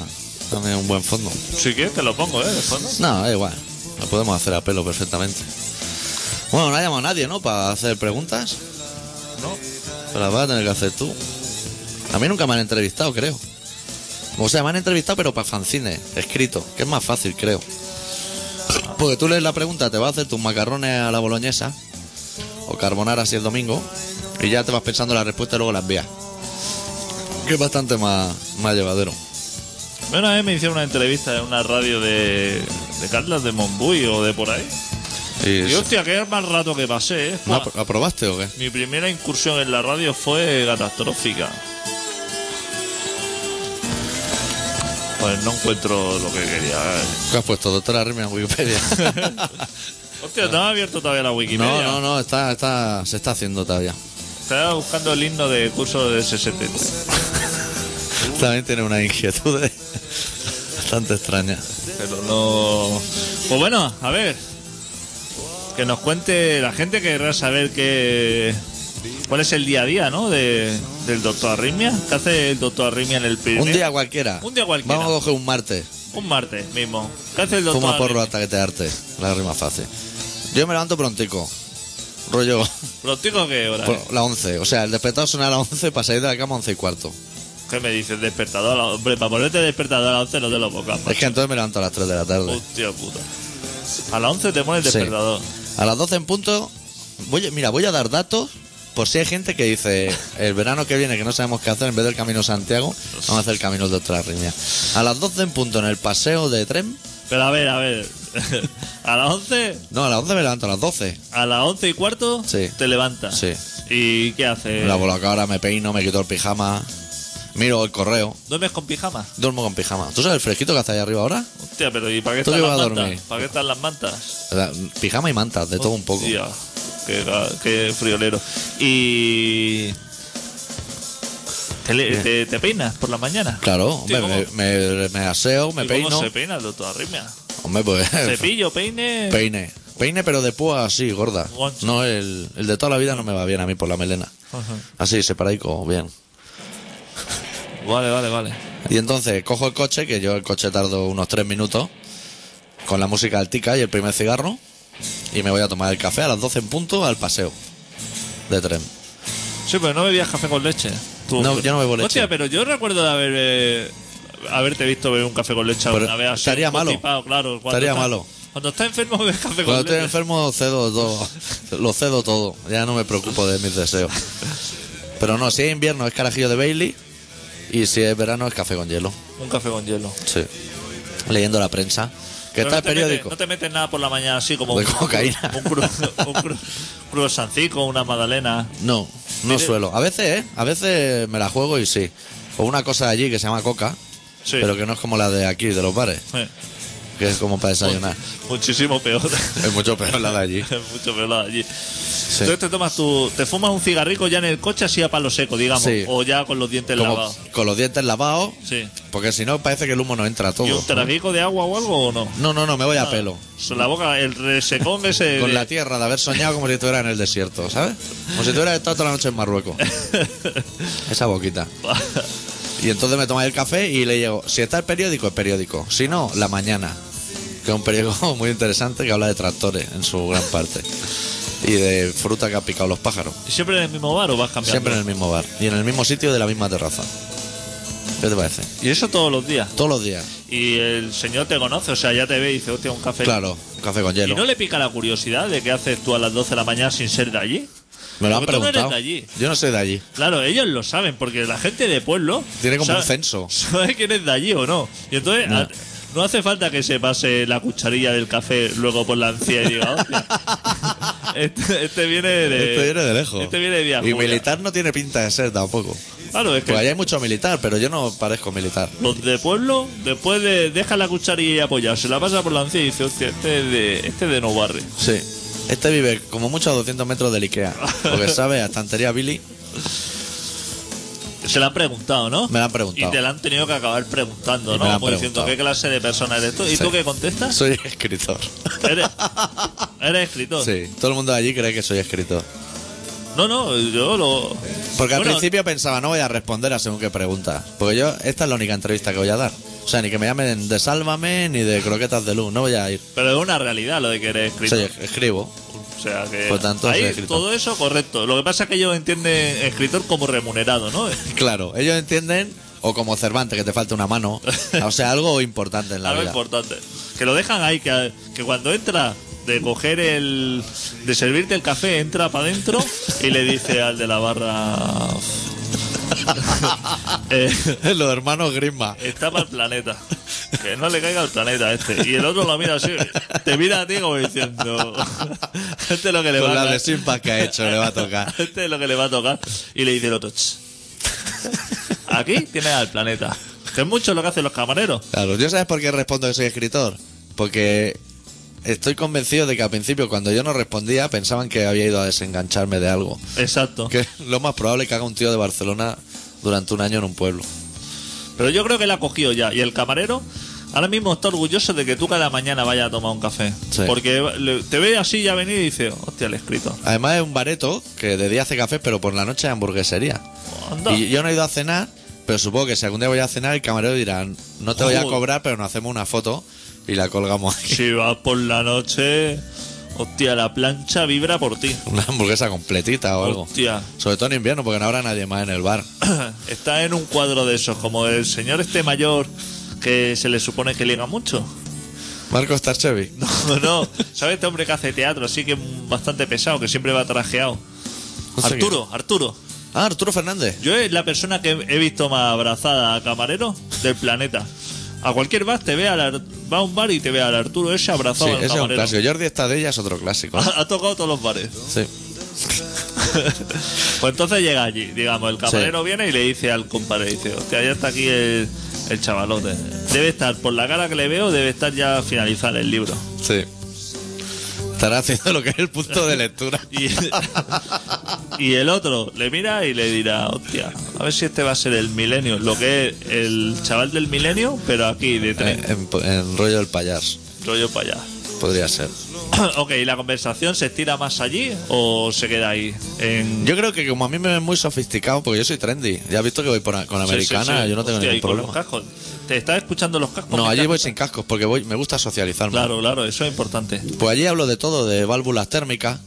Speaker 1: también un buen fondo.
Speaker 2: Si quieres, te lo pongo, ¿eh? De fondo.
Speaker 1: No, da igual. Lo podemos hacer a pelo perfectamente. Bueno, no ha llamado nadie, ¿no? Para hacer preguntas.
Speaker 2: No.
Speaker 1: Pero las vas a tener que hacer tú. A mí nunca me han entrevistado, creo. O sea, me han entrevistado, pero para fanzine, escrito, que es más fácil, creo. Porque tú lees la pregunta, te vas a hacer tus macarrones a la boloñesa, o carbonara si es domingo, y ya te vas pensando la respuesta y luego la envías. Que es bastante más, más llevadero.
Speaker 2: Una vez me hicieron una entrevista en una radio de, de Carlas de Monbuy o de por ahí.
Speaker 1: Y
Speaker 2: Y hostia, qué mal rato que pasé, ¿eh?
Speaker 1: ¿No
Speaker 2: Buah.
Speaker 1: apro- aprobaste o qué?
Speaker 2: Mi primera incursión en la radio fue catastrófica. Pues no encuentro lo que quería. ¿eh?
Speaker 1: ¿Qué has puesto? Doctora Rime en
Speaker 2: <laughs>
Speaker 1: Wikipedia.
Speaker 2: Hostia, ¿te has abierto todavía la
Speaker 1: no,
Speaker 2: Wikipedia?
Speaker 1: no, no, está, está, se está haciendo todavía.
Speaker 2: Estaba buscando el himno de curso de SST. Uh.
Speaker 1: También tiene unas inquietudes bastante extrañas.
Speaker 2: Pero no. Pues bueno, a ver. Que nos cuente la gente que querrá saber qué. ¿Cuál es el día a día, no? De, del doctor Arritmia. ¿Qué hace el doctor Arritmia en el Pirineo?
Speaker 1: Un día cualquiera.
Speaker 2: ¿eh? Un día cualquiera.
Speaker 1: Vamos a coger un martes.
Speaker 2: Un martes mismo. ¿Qué hace el doctor
Speaker 1: Fuma porro
Speaker 2: Arritmia?
Speaker 1: hasta que te arte. La rima fácil. Yo me levanto prontico. Rollo
Speaker 2: ¿Prontico qué
Speaker 1: <laughs>
Speaker 2: hora?
Speaker 1: por
Speaker 2: es?
Speaker 1: la 11. O sea, el despertador suena a las 11 para salir de la cama a 11 y cuarto.
Speaker 2: ¿Qué me dices? Despertador. a la- Hombre, para ponerte despertador a las 11 no te lo pongas.
Speaker 1: Es que entonces me levanto a las 3 de la tarde.
Speaker 2: Hostia puta. A las 11 te pones
Speaker 1: Sí.
Speaker 2: despertador.
Speaker 1: A las 12 en punto. Voy, mira, voy a dar datos por si hay gente que dice el verano que viene que no sabemos qué hacer, en vez del camino Santiago, vamos a hacer el camino de otra riña. A las 12 en punto en el paseo de tren.
Speaker 2: Pero a ver,
Speaker 1: <laughs>
Speaker 2: a ver. a las 11
Speaker 1: No, a las 11 me levanto, a las 12.
Speaker 2: A las once y cuarto
Speaker 1: Sí.
Speaker 2: te levantas.
Speaker 1: Sí.
Speaker 2: ¿Y qué haces?
Speaker 1: Me lavo la cara, me peino, me quito el pijama, miro el correo,
Speaker 2: ¿Duermes con pijama?
Speaker 1: duermo con pijama. ¿Tú sabes el fresquito que hace ahí arriba ahora?
Speaker 2: Hostia, pero ¿y para qué
Speaker 1: ¿Tú
Speaker 2: están
Speaker 1: qué
Speaker 2: las
Speaker 1: vas a
Speaker 2: mantas?
Speaker 1: dormir?
Speaker 2: ¿Para qué están las mantas?
Speaker 1: O sea, Pijama y mantas, de todo un poco.
Speaker 2: Hostia, qué, ga- qué friolero. Y... ¿Te, le- te- te peinas por la mañana?
Speaker 1: Claro,
Speaker 2: Hostia,
Speaker 1: hombre, me,
Speaker 2: ¿cómo-
Speaker 1: me- me aseo, me
Speaker 2: ¿y
Speaker 1: peino.
Speaker 2: ¿Cómo se peina el doctor Arritmia?
Speaker 1: Hombre, pues. <laughs>
Speaker 2: Cepillo, peine...
Speaker 1: Peine. Peine, pero de púa así, gorda.
Speaker 2: Guancho.
Speaker 1: No, el, el de toda la vida no me va bien a mí por la melena.
Speaker 2: Ajá.
Speaker 1: Así, separaico, bien.
Speaker 2: Vale, vale, vale.
Speaker 1: Y entonces cojo el coche, que yo el coche tardo unos tres minutos, con la música altica y el primer cigarro, y me voy a tomar el café a las 12 en punto al paseo de tren.
Speaker 2: Sí, pero no bebías café con leche. Tú-
Speaker 1: No,
Speaker 2: tú-
Speaker 1: yo no bebo leche.
Speaker 2: Hostia, pero yo recuerdo de haber, eh, haberte visto beber un café con leche
Speaker 1: Pero
Speaker 2: alguna vez. así,
Speaker 1: estaría
Speaker 2: un poco
Speaker 1: malo.
Speaker 2: Tipado, claro, cuando
Speaker 1: Estaría
Speaker 2: estás-
Speaker 1: malo.
Speaker 2: Cuando estás enfermo bebes café
Speaker 1: Cuando
Speaker 2: con leche.
Speaker 1: estoy enfermo cedo todo, lo cedo todo, ya no me preocupo de mis deseos. Pero no, si es invierno es carajillo de Bailey y si es verano es café con hielo.
Speaker 2: Un café con hielo.
Speaker 1: Sí. Leyendo la prensa. Que
Speaker 2: Pero
Speaker 1: está
Speaker 2: no
Speaker 1: el
Speaker 2: te metes-
Speaker 1: periódico.
Speaker 2: no te metes nada por la mañana así como
Speaker 1: De
Speaker 2: un,
Speaker 1: cocaína.
Speaker 2: Un, cru- un cru- cruasancico, una magdalena.
Speaker 1: No, no suelo. A veces, ¿eh? A veces me la juego y sí. O una cosa de allí que se llama coca,
Speaker 2: Sí.
Speaker 1: pero que no es como la de aquí, de los bares,
Speaker 2: Eh,
Speaker 1: que es como para desayunar.
Speaker 2: Muchísimo peor.
Speaker 1: es mucho peor la de allí.
Speaker 2: <laughs> Mucho peor la de allí. Entonces te tomas tu, te fumas un cigarrico ya en el coche así a palo seco, digamos,
Speaker 1: Sí.
Speaker 2: o ya con los dientes
Speaker 1: Como
Speaker 2: lavados.
Speaker 1: con los dientes lavados,
Speaker 2: Sí.
Speaker 1: porque si no parece que el humo no entra todo.
Speaker 2: ¿Y un traguico de agua o algo o no?
Speaker 1: No, no, no, me voy
Speaker 2: Ah,
Speaker 1: a pelo.
Speaker 2: Con La boca, el
Speaker 1: <laughs>
Speaker 2: resecón ese.
Speaker 1: Con
Speaker 2: de- <laughs>
Speaker 1: la tierra, de haber soñado como si estuviera en el desierto, ¿sabes? Como si estuviera estado toda la noche en
Speaker 2: <laughs>
Speaker 1: Marruecos. Esa boquita. Y entonces me tomáis el café y le llego. Si está el periódico, el periódico. Si no, la mañana. Que es un periódico <laughs> muy interesante que habla de tractores en su gran parte. Y de fruta que han picado los pájaros.
Speaker 2: ¿Y ¿Siempre en el mismo bar o vas cambiando?
Speaker 1: Siempre en el mismo bar. Y en el mismo sitio de la misma terraza. ¿Qué te parece?
Speaker 2: Y eso todos los días.
Speaker 1: Todos los días.
Speaker 2: Y el señor te conoce, o sea, ya te ve y dice, hostia, un café.
Speaker 1: Claro, un café con hielo.
Speaker 2: ¿Y no le pica la curiosidad de qué haces tú a las 12 de la mañana sin ser de allí?
Speaker 1: Me lo han
Speaker 2: Porque tú no eres
Speaker 1: preguntado.
Speaker 2: de allí.
Speaker 1: Yo no soy de allí.
Speaker 2: Claro, ellos lo saben, porque la gente de pueblo.
Speaker 1: Tiene como
Speaker 2: sabe-
Speaker 1: un censo.
Speaker 2: <laughs> Sabe quién es de allí o no. Y entonces. a-
Speaker 1: No.
Speaker 2: No. hace falta que se pase la cucharilla del café luego por la encía y diga,
Speaker 1: <laughs>
Speaker 2: hostia, este, este viene de...
Speaker 1: Este viene de lejos.
Speaker 2: Este viene de
Speaker 1: Y
Speaker 2: Villajuya".
Speaker 1: militar no tiene pinta de ser tampoco.
Speaker 2: Claro, es que
Speaker 1: Porque allá hay mucho militar, pero yo no parezco militar.
Speaker 2: Los de pueblo, después de deja la cucharilla y apoyarse, la pasa por la encía y dice, hostia, este es de, este es de no barre.
Speaker 1: Sí. Este vive como mucho a 200 metros del Ikea.
Speaker 2: <laughs>
Speaker 1: Porque sabe, a estantería Billy.
Speaker 2: Se la han preguntado, ¿no?
Speaker 1: Me la han preguntado.
Speaker 2: Y te la han tenido que acabar preguntando,
Speaker 1: Y
Speaker 2: ¿no?
Speaker 1: me la han
Speaker 2: Como diciendo,
Speaker 1: preguntado.
Speaker 2: ¿qué clase de persona eres tú? ¿Y
Speaker 1: Sí.
Speaker 2: tú qué contestas?
Speaker 1: Soy escritor.
Speaker 2: Eres, eres escritor.
Speaker 1: Sí, todo el mundo de allí cree que soy escritor.
Speaker 2: No, no, yo lo...
Speaker 1: Porque al
Speaker 2: Bueno,
Speaker 1: principio pensaba, no voy a responder a según qué pregunta. Porque yo, esta es la única entrevista que voy a dar. O sea, ni que me llamen de Sálvame ni de Croquetas de Luz. No voy a ir.
Speaker 2: Pero es una realidad lo de que eres escritor.
Speaker 1: Soy, escribo.
Speaker 2: O sea que...
Speaker 1: Por tanto, soy
Speaker 2: ahí
Speaker 1: escritor.
Speaker 2: todo eso correcto. Lo que pasa es que ellos entienden escritor como remunerado, ¿no?
Speaker 1: Claro, ellos entienden, o como Cervantes, que te falta una
Speaker 2: <laughs>
Speaker 1: mano. O sea, algo importante en la
Speaker 2: Algo
Speaker 1: vida.
Speaker 2: importante. Que lo dejan ahí, que, que cuando entra de coger el. de servirte el café, entra para adentro y le dice al de la barra. <laughs> eh,
Speaker 1: <laughs> Los hermanos Grisma.
Speaker 2: está para el planeta. Que no le caiga al planeta este. Y el otro lo mira así, te mira a ti como diciendo. <laughs> este es lo que le
Speaker 1: Con
Speaker 2: va a
Speaker 1: la
Speaker 2: caer".
Speaker 1: de Simpa que ha hecho, le va a tocar.
Speaker 2: <laughs> Este es lo que le va a tocar. Y le dice el otro. "Ch". Aquí tienes al planeta. Que es mucho lo que hacen los camareros.
Speaker 1: Claro, ¿yo sabes por qué respondo que soy escritor? Porque estoy convencido de que al principio, cuando yo no respondía, pensaban que había ido a desengancharme de algo.
Speaker 2: Exacto.
Speaker 1: Que <laughs> es lo más probable que haga un tío de Barcelona durante un año en un pueblo.
Speaker 2: Pero yo creo que la ha cogido ya. Y el camarero ahora mismo está orgulloso de que tú cada mañana vayas a tomar un café.
Speaker 1: Sí.
Speaker 2: Porque le- te ve así ya venir y dice, hostia, el escrito.
Speaker 1: Además es un bareto que de día hace café, pero por la noche es hamburguesería.
Speaker 2: Anda.
Speaker 1: Y yo no he ido a cenar, pero supongo que si algún día voy a cenar, el camarero dirá, no te voy a
Speaker 2: Joder.
Speaker 1: cobrar, pero nos hacemos una foto y la colgamos aquí.
Speaker 2: Si vas por la noche, hostia, la plancha vibra por ti.
Speaker 1: <laughs> Una hamburguesa completita o algo.
Speaker 2: Hostia. <clears throat>
Speaker 1: Sobre todo en invierno, porque no habrá nadie más en el bar.
Speaker 2: Está en un cuadro de esos, como el señor este mayor que se le supone que liga mucho. <laughs>
Speaker 1: Marco Starchevi.
Speaker 2: No, no. ¿Sabes este hombre que hace teatro? Así que es bastante pesado, que siempre va trajeado.
Speaker 1: No sé
Speaker 2: Arturo, Arturo.
Speaker 1: Ah, Arturo Fernández.
Speaker 2: Yo es la persona que he visto más abrazada a camarero del planeta. A cualquier bar te ve al Ar- va a un bar y te ve al Arturo ese
Speaker 1: Sí,
Speaker 2: abrazado al
Speaker 1: ese es un
Speaker 2: camarero.
Speaker 1: clásico. Jordi está de ella, es otro clásico.
Speaker 2: ha, ha tocado todos los bares.
Speaker 1: Sí.
Speaker 2: Pues entonces llega allí, digamos, el camarero viene y le dice al compadre, dice, hostia, ya está aquí el, el chavalote. Debe estar, por la cara que le veo, debe estar ya a finalizar el libro.
Speaker 1: Sí. Estará haciendo lo que es el punto de lectura.
Speaker 2: <laughs> Y, y el otro le mira y le dirá, hostia, a ver si este va a ser el milenio, lo que es el chaval del milenio, pero aquí de tren,
Speaker 1: Eh, en, en rollo del payas.
Speaker 2: rollo para allá.
Speaker 1: Podría ser.
Speaker 2: <coughs> ok, ¿y la conversación se estira más allí o se queda ahí? En...
Speaker 1: Yo creo que como a mí me ven muy sofisticado, porque yo soy trendy. Ya has visto que voy por- con
Speaker 2: Sí, sí,
Speaker 1: americana,
Speaker 2: sí.
Speaker 1: yo no tengo
Speaker 2: Hostia,
Speaker 1: ningún
Speaker 2: ¿y con los
Speaker 1: problema.
Speaker 2: cascos? ¿Te estás escuchando los cascos?
Speaker 1: No,
Speaker 2: Me
Speaker 1: allí
Speaker 2: encanta.
Speaker 1: voy sin cascos porque voy, me gusta socializarme.
Speaker 2: Claro, claro, eso es importante.
Speaker 1: Pues allí hablo de todo, de válvulas térmicas,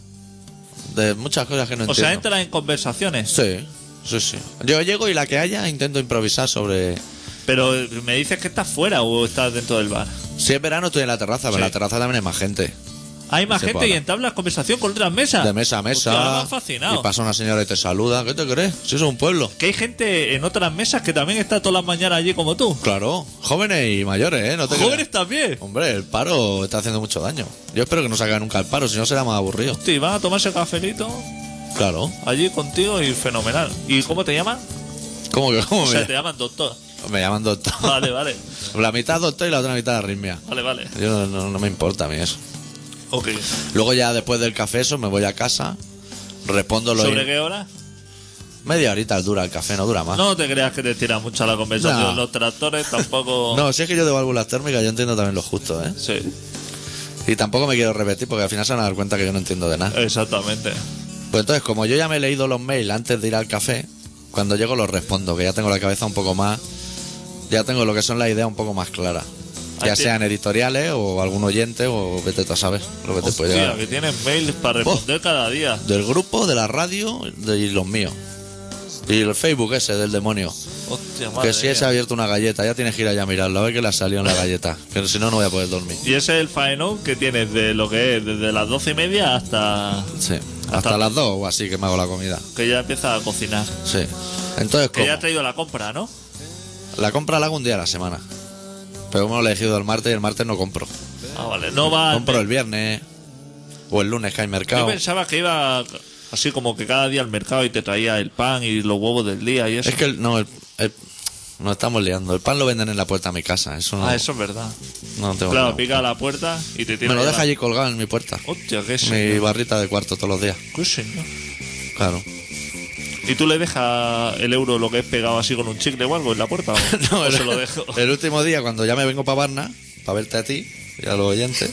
Speaker 1: de muchas cosas que no
Speaker 2: O
Speaker 1: entiendo.
Speaker 2: sea, entras en conversaciones,
Speaker 1: Sí, sí, sí. Yo llego y la que haya intento improvisar sobre...
Speaker 2: pero eh, me dices que estás fuera o estás dentro del bar.
Speaker 1: Si es verano estoy en la terraza, pero
Speaker 2: Sí.
Speaker 1: en la terraza también hay más gente.
Speaker 2: Hay más
Speaker 1: Se
Speaker 2: gente
Speaker 1: para.
Speaker 2: y entablas conversación con otras mesas.
Speaker 1: De mesa a mesa.
Speaker 2: Ah, Hostia, ahora me ha fascinado.
Speaker 1: Y pasa una señora y te saluda. ¿Qué te crees? Si es un pueblo.
Speaker 2: Que hay gente en otras mesas que también está todas las mañanas allí como tú.
Speaker 1: Claro, jóvenes y mayores, ¿eh? No te
Speaker 2: Jóvenes
Speaker 1: creas.
Speaker 2: también.
Speaker 1: Hombre, el paro está haciendo mucho daño. Yo espero que no se haga nunca el paro, si no será más aburrido.
Speaker 2: Hostia, van a tomarse cafelito
Speaker 1: Claro.
Speaker 2: allí contigo y fenomenal. ¿Y cómo te llaman?
Speaker 1: ¿Cómo que cómo
Speaker 2: <laughs> O
Speaker 1: me,
Speaker 2: sea, te llaman doctor.
Speaker 1: me llaman doctor?
Speaker 2: Vale, vale,
Speaker 1: <laughs> La mitad doctor y la otra mitad arritmia.
Speaker 2: vale, vale.
Speaker 1: Yo no, no- no me importa a mí eso.
Speaker 2: Ok.
Speaker 1: Luego ya después del café eso me voy a casa, respondo los...
Speaker 2: ¿Sobre qué hora?
Speaker 1: Media horita dura el café, no dura más.
Speaker 2: No te creas que te tira mucho la conversación.
Speaker 1: Ah. No.
Speaker 2: Los tractores
Speaker 1: <laughs>
Speaker 2: tampoco.
Speaker 1: No, si es que yo de válvulas térmicas yo entiendo también lo justo, ¿eh?
Speaker 2: Sí,
Speaker 1: Y tampoco me quiero repetir porque al final se van a dar cuenta que yo no entiendo de nada.
Speaker 2: exactamente.
Speaker 1: Pues entonces, como yo ya me he leído los mails antes de ir al café, cuando llego los respondo, que ya tengo la cabeza un poco más. Ya tengo lo que son las ideas un poco más claras. Ya
Speaker 2: Ahí te-
Speaker 1: sean editoriales o algún oyente o vete tú a saber lo que te puede
Speaker 2: Hostia,
Speaker 1: llegar. Oh.
Speaker 2: que tienes mails para responder cada día.
Speaker 1: Del grupo, de la radio de, y los míos. Y el Facebook ese del demonio.
Speaker 2: Hostia, madre
Speaker 1: Que si
Speaker 2: mía.
Speaker 1: se ha abierto una galleta, ya tienes que ir allá a mirarla, a ver que la salió en la galleta. Que si no, no voy a poder dormir.
Speaker 2: Y ese es el faenón que tienes de lo que es, desde las doce y media hasta
Speaker 1: Sí. Hasta,
Speaker 2: Hasta-
Speaker 1: las dos o así que me hago la comida.
Speaker 2: que ya empieza a cocinar.
Speaker 1: Sí. Entonces,
Speaker 2: Que ya
Speaker 1: ¿cómo?
Speaker 2: ha traído la compra, ¿no?
Speaker 1: La compra la hago un día a la semana. Pero hemos elegido el martes y el martes no compro.
Speaker 2: Ah, vale. No va.
Speaker 1: Compro ¿Eh? el viernes o el lunes que hay
Speaker 2: Yo
Speaker 1: mercado.
Speaker 2: pensaba que iba así como que cada día al mercado y te traía el pan y los huevos del día y eso.
Speaker 1: Es que el- no, el- el- nos estamos liando. El pan lo venden en la puerta de mi casa. Eso no,
Speaker 2: Ah, eso es verdad.
Speaker 1: no tengo
Speaker 2: Claro,
Speaker 1: problema.
Speaker 2: pica a la puerta y te tiene.
Speaker 1: Me lo
Speaker 2: que
Speaker 1: deja
Speaker 2: dar-
Speaker 1: allí colgado en mi puerta.
Speaker 2: Hostia, qué
Speaker 1: Mi
Speaker 2: señor.
Speaker 1: barrita de cuarto todos los días.
Speaker 2: Qué señor. <laughs>
Speaker 1: Claro.
Speaker 2: ¿Y tú le dejas el euro lo que es pegado así con un chicle o algo en la
Speaker 1: <laughs>
Speaker 2: puerta? o- o Pues se lo dejo.
Speaker 1: El último día, cuando ya me vengo para Barna, para verte a ti y a los oyentes,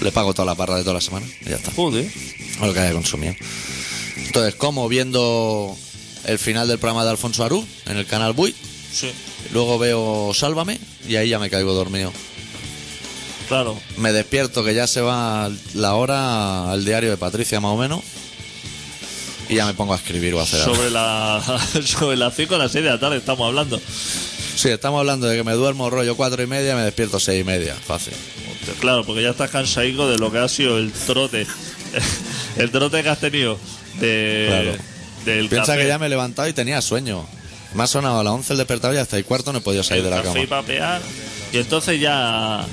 Speaker 1: le pago toda la barra de toda la semana. Y ya está.
Speaker 2: Joder.
Speaker 1: O lo que haya consumido. Entonces, como viendo el final del programa de Alfonso Arú en el canal Buy,
Speaker 2: Sí.
Speaker 1: luego veo Sálvame y ahí ya me caigo dormido.
Speaker 2: Claro.
Speaker 1: Me despierto que ya se va la hora al diario de Patricia más o menos y ya me pongo a escribir o a hacer algo.
Speaker 2: Sobre la <laughs> sobre las 5 o las 6 de la tarde estamos hablando.
Speaker 1: Sí, estamos hablando de que me duermo rollo cuatro y media, me despierto seis y media, fácil.
Speaker 2: Hostia, Claro, porque ya estás cansado de lo que ha sido el trote. <laughs> El trote que has tenido de
Speaker 1: Claro.
Speaker 2: del
Speaker 1: Piensa
Speaker 2: café.
Speaker 1: que ya me he levantado y tenía sueño. Me ha sonado a las 11 el despertador y hasta el cuarto no he podido salir
Speaker 2: el
Speaker 1: de la
Speaker 2: café
Speaker 1: cama.
Speaker 2: y papear. Y entonces ya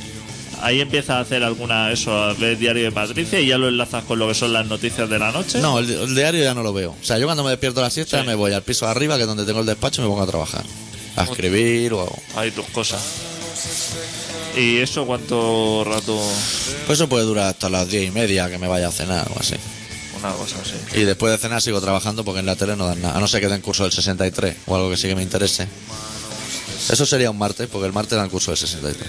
Speaker 2: ahí empiezas a hacer alguna eso, a ver el diario de Patricia y ya lo enlazas con lo que son las noticias de la noche.
Speaker 1: No, el, di- el diario ya no lo veo. O sea, yo cuando me despierto a la siesta
Speaker 2: Sí.
Speaker 1: me voy al piso de arriba, que es donde tengo el despacho, y me pongo a trabajar. A escribir o...
Speaker 2: Hay tus cosas. ¿Y eso cuánto rato?
Speaker 1: Pues eso puede durar hasta las diez y media que me vaya a cenar o así.
Speaker 2: Una cosa así.
Speaker 1: Y después de cenar sigo trabajando porque en la tele no dan nada. A no ser que den curso del 63 o algo que sí que me interese. Eso sería un martes, porque el martes dan curso del 63.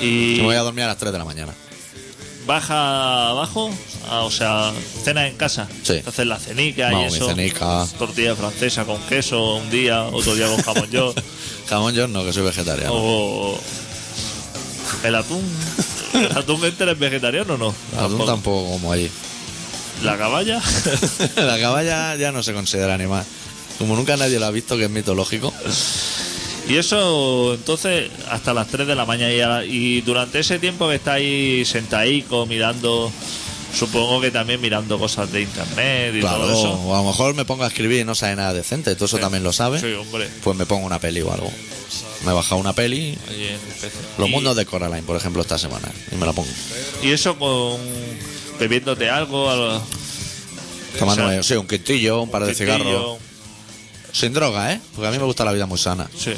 Speaker 2: Y
Speaker 1: Me voy a dormir a las 3 de la mañana.
Speaker 2: baja abajo, ah, o sea, cena en casa.
Speaker 1: Sí.
Speaker 2: Entonces la cenica y
Speaker 1: Vamos, mi
Speaker 2: eso.
Speaker 1: cenica.
Speaker 2: Tortilla francesa con queso un día, otro día con
Speaker 1: <laughs>
Speaker 2: jamón yo.
Speaker 1: Jamón yo no, que soy vegetariano.
Speaker 2: Oh, o
Speaker 1: <laughs>
Speaker 2: el atún. ¿El atún Venter es vegetariano o no?
Speaker 1: Atún tampoco como allí.
Speaker 2: La caballa.
Speaker 1: <laughs> la caballa ya no se considera animal. Como nunca nadie lo ha visto, que es mitológico.
Speaker 2: y eso, entonces, hasta las 3 de la mañana. Y, a- y durante ese tiempo que estáis sentadico, mirando, supongo que también mirando cosas de internet y
Speaker 1: Claro,
Speaker 2: todo eso.
Speaker 1: o a lo mejor me pongo a escribir y no sabe nada decente. Todo eso también lo sabe.
Speaker 2: Sí, hombre.
Speaker 1: Pues me pongo una peli o algo. Me he bajado una peli.
Speaker 2: Ahí en el PC.
Speaker 1: Los
Speaker 2: Y-
Speaker 1: mundos de Coraline, por ejemplo, esta semana. Y me la pongo.
Speaker 2: Y eso con bebiéndote algo, algo
Speaker 1: Tomando
Speaker 2: O sea,
Speaker 1: sí, un quintillo, un par de cigarros.
Speaker 2: cigarrillo.
Speaker 1: Sin droga, ¿eh? Porque a mí me gusta la vida muy sana.
Speaker 2: Sí.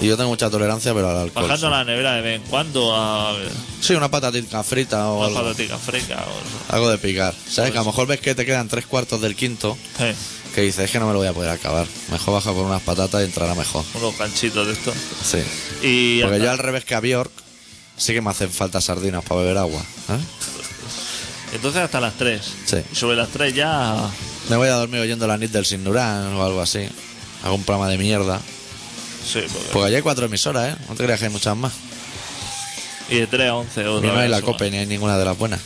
Speaker 1: Y yo tengo mucha tolerancia, pero al alcohol.
Speaker 2: Bajando
Speaker 1: sí.
Speaker 2: la nevera de vez en cuando a
Speaker 1: Sí, una patatita frita o
Speaker 2: una Pues-
Speaker 1: algo,
Speaker 2: patatica fresca. o-
Speaker 1: algo de picar. ¿Sabes? Que a lo mejor ves que te quedan tres cuartos del quinto.
Speaker 2: eh,
Speaker 1: que dices, es que no me lo voy a poder acabar. Mejor baja por unas patatas y entrará mejor.
Speaker 2: unos ganchitos de esto.
Speaker 1: Sí.
Speaker 2: Y
Speaker 1: Porque
Speaker 2: hasta-
Speaker 1: yo al revés que a Bjork, sí que me hacen falta sardinas para beber agua. ¿eh?
Speaker 2: entonces hasta las 3.
Speaker 1: Sí.
Speaker 2: Sobre las 3 ya
Speaker 1: Me voy a dormir oyendo la NIT del Sindurán o algo así. Algún programa de mierda.
Speaker 2: sí, porque-
Speaker 1: Porque allá hay cuatro emisoras, ¿eh? No te creas que hay muchas más.
Speaker 2: y de 3 a 11
Speaker 1: Y
Speaker 2: otra
Speaker 1: no hay
Speaker 2: vez
Speaker 1: la
Speaker 2: a sobar.
Speaker 1: COPE ni hay ninguna de las buenas.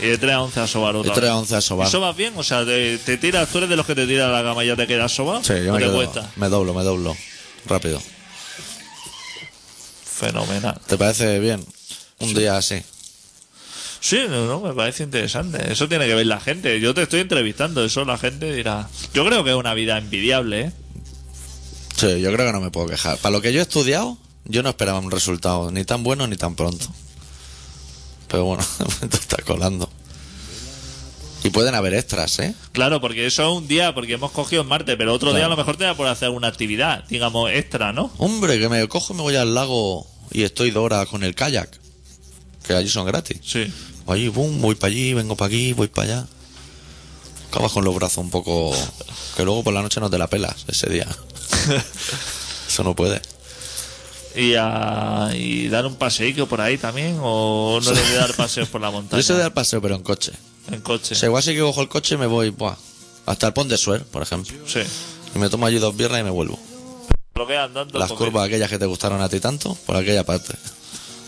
Speaker 2: Y de 3 a 11 a sobar
Speaker 1: Y
Speaker 2: otra.
Speaker 1: 3 a
Speaker 2: vez.
Speaker 1: 11 a sobar.
Speaker 2: ¿Y sobas bien? O sea, te, te tiras, tú eres de los que te tiras a la cama y ya te quedas sobado.
Speaker 1: Sí, yo
Speaker 2: ¿No
Speaker 1: me
Speaker 2: te
Speaker 1: quedo-
Speaker 2: cuesta.
Speaker 1: Me doblo, me doblo. Rápido.
Speaker 2: Fenomenal.
Speaker 1: ¿Te parece bien? Un día así.
Speaker 2: Sí, no, no, me parece interesante. Eso tiene que ver la gente. Yo te estoy entrevistando, eso la gente dirá. Yo creo que es una vida envidiable, ¿eh?
Speaker 1: Sí, yo creo que no me puedo quejar. Para lo que yo he estudiado, yo no esperaba un resultado ni tan bueno ni tan pronto. Pero bueno, <laughs> me está colando. Y pueden haber extras, ¿eh?
Speaker 2: Claro, porque eso es un día, porque hemos cogido el martes, pero otro día a lo mejor te da por hacer una actividad, digamos, extra, ¿no?
Speaker 1: Hombre, que me cojo y me voy al lago y estoy dos horas con el kayak. Que allí son gratis.
Speaker 2: Sí.
Speaker 1: Allí, boom, voy para allí, vengo para aquí, voy para allá. Acabas con los brazos un poco... Que luego por la noche no te la pelas ese día. Eso no puede.
Speaker 2: Y, a- y dar un paseico por ahí también, o no le voy a dar paseos por la
Speaker 1: <laughs>
Speaker 2: montaña.
Speaker 1: Yo soy de dar paseo, pero en coche.
Speaker 2: En coche.
Speaker 1: O sea, igual sí que cojo el coche y me voy buah, hasta el Pont de Suer, por ejemplo.
Speaker 2: Sí.
Speaker 1: Y me tomo allí dos birras y me vuelvo.
Speaker 2: Lo que es andando.
Speaker 1: Las
Speaker 2: poqui-
Speaker 1: curvas aquellas que te gustaron a ti tanto, por aquella parte.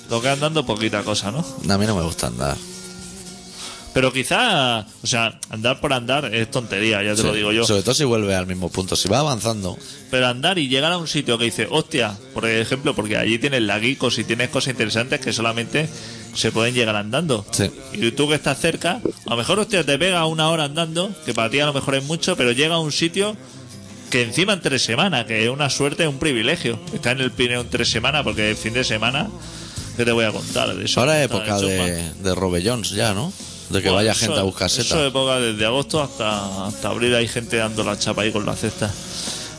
Speaker 2: Lo que es andando, poquita cosa, ¿no?
Speaker 1: A mí no me gusta andar.
Speaker 2: Pero quizá, o sea, andar por andar es tontería, ya te lo
Speaker 1: Sí.
Speaker 2: digo yo.
Speaker 1: Sobre todo si vuelve al mismo punto. Si va avanzando,
Speaker 2: Pero andar y llegar a un sitio que dice, hostia, por ejemplo, porque allí tienes laguicos y tienes cosas interesantes que solamente se pueden llegar andando.
Speaker 1: Sí.
Speaker 2: Y tú que estás cerca, a lo mejor, hostia, te pega una hora andando, que para ti a lo mejor es mucho, pero llega a un sitio que encima en tres semanas, que es una suerte, un privilegio. Está en el Pirineo en tres semanas, porque el fin de semana, ¿qué te voy a contar? De eso
Speaker 1: ahora es
Speaker 2: Está
Speaker 1: época
Speaker 2: hecho más.
Speaker 1: de, de Robellons ya, ¿no? De que
Speaker 2: Bueno,
Speaker 1: vaya
Speaker 2: eso-
Speaker 1: gente a buscar
Speaker 2: Eso
Speaker 1: setas.
Speaker 2: es época desde agosto hasta, hasta abril hay gente dando la chapa ahí con la cesta.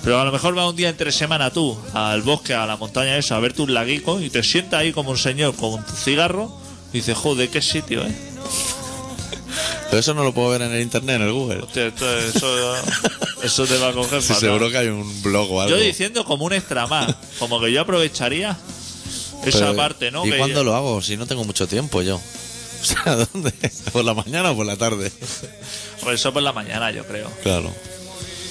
Speaker 2: Pero a lo mejor va un día entre semana tú al bosque, a la montaña eso, a ver tus laguicos y te sientas ahí como un señor con tu cigarro y dices, joder, qué sitio, eh.
Speaker 1: Pero eso no lo puedo ver en el internet, en el Google.
Speaker 2: Hostia, esto-
Speaker 1: <laughs>
Speaker 2: eso, eso te va a coger
Speaker 1: Sí,
Speaker 2: fatal.
Speaker 1: seguro que hay un blog o algo.
Speaker 2: Yo diciendo como un extra más, como que yo aprovecharía esa
Speaker 1: Pero,
Speaker 2: parte, ¿no?
Speaker 1: ¿Y
Speaker 2: que
Speaker 1: cuándo lo hago? Si no tengo mucho tiempo yo. <laughs> O sea, ¿dónde? <laughs> ¿Por la mañana o por la tarde?
Speaker 2: Pues eso por la mañana, yo creo.
Speaker 1: Claro.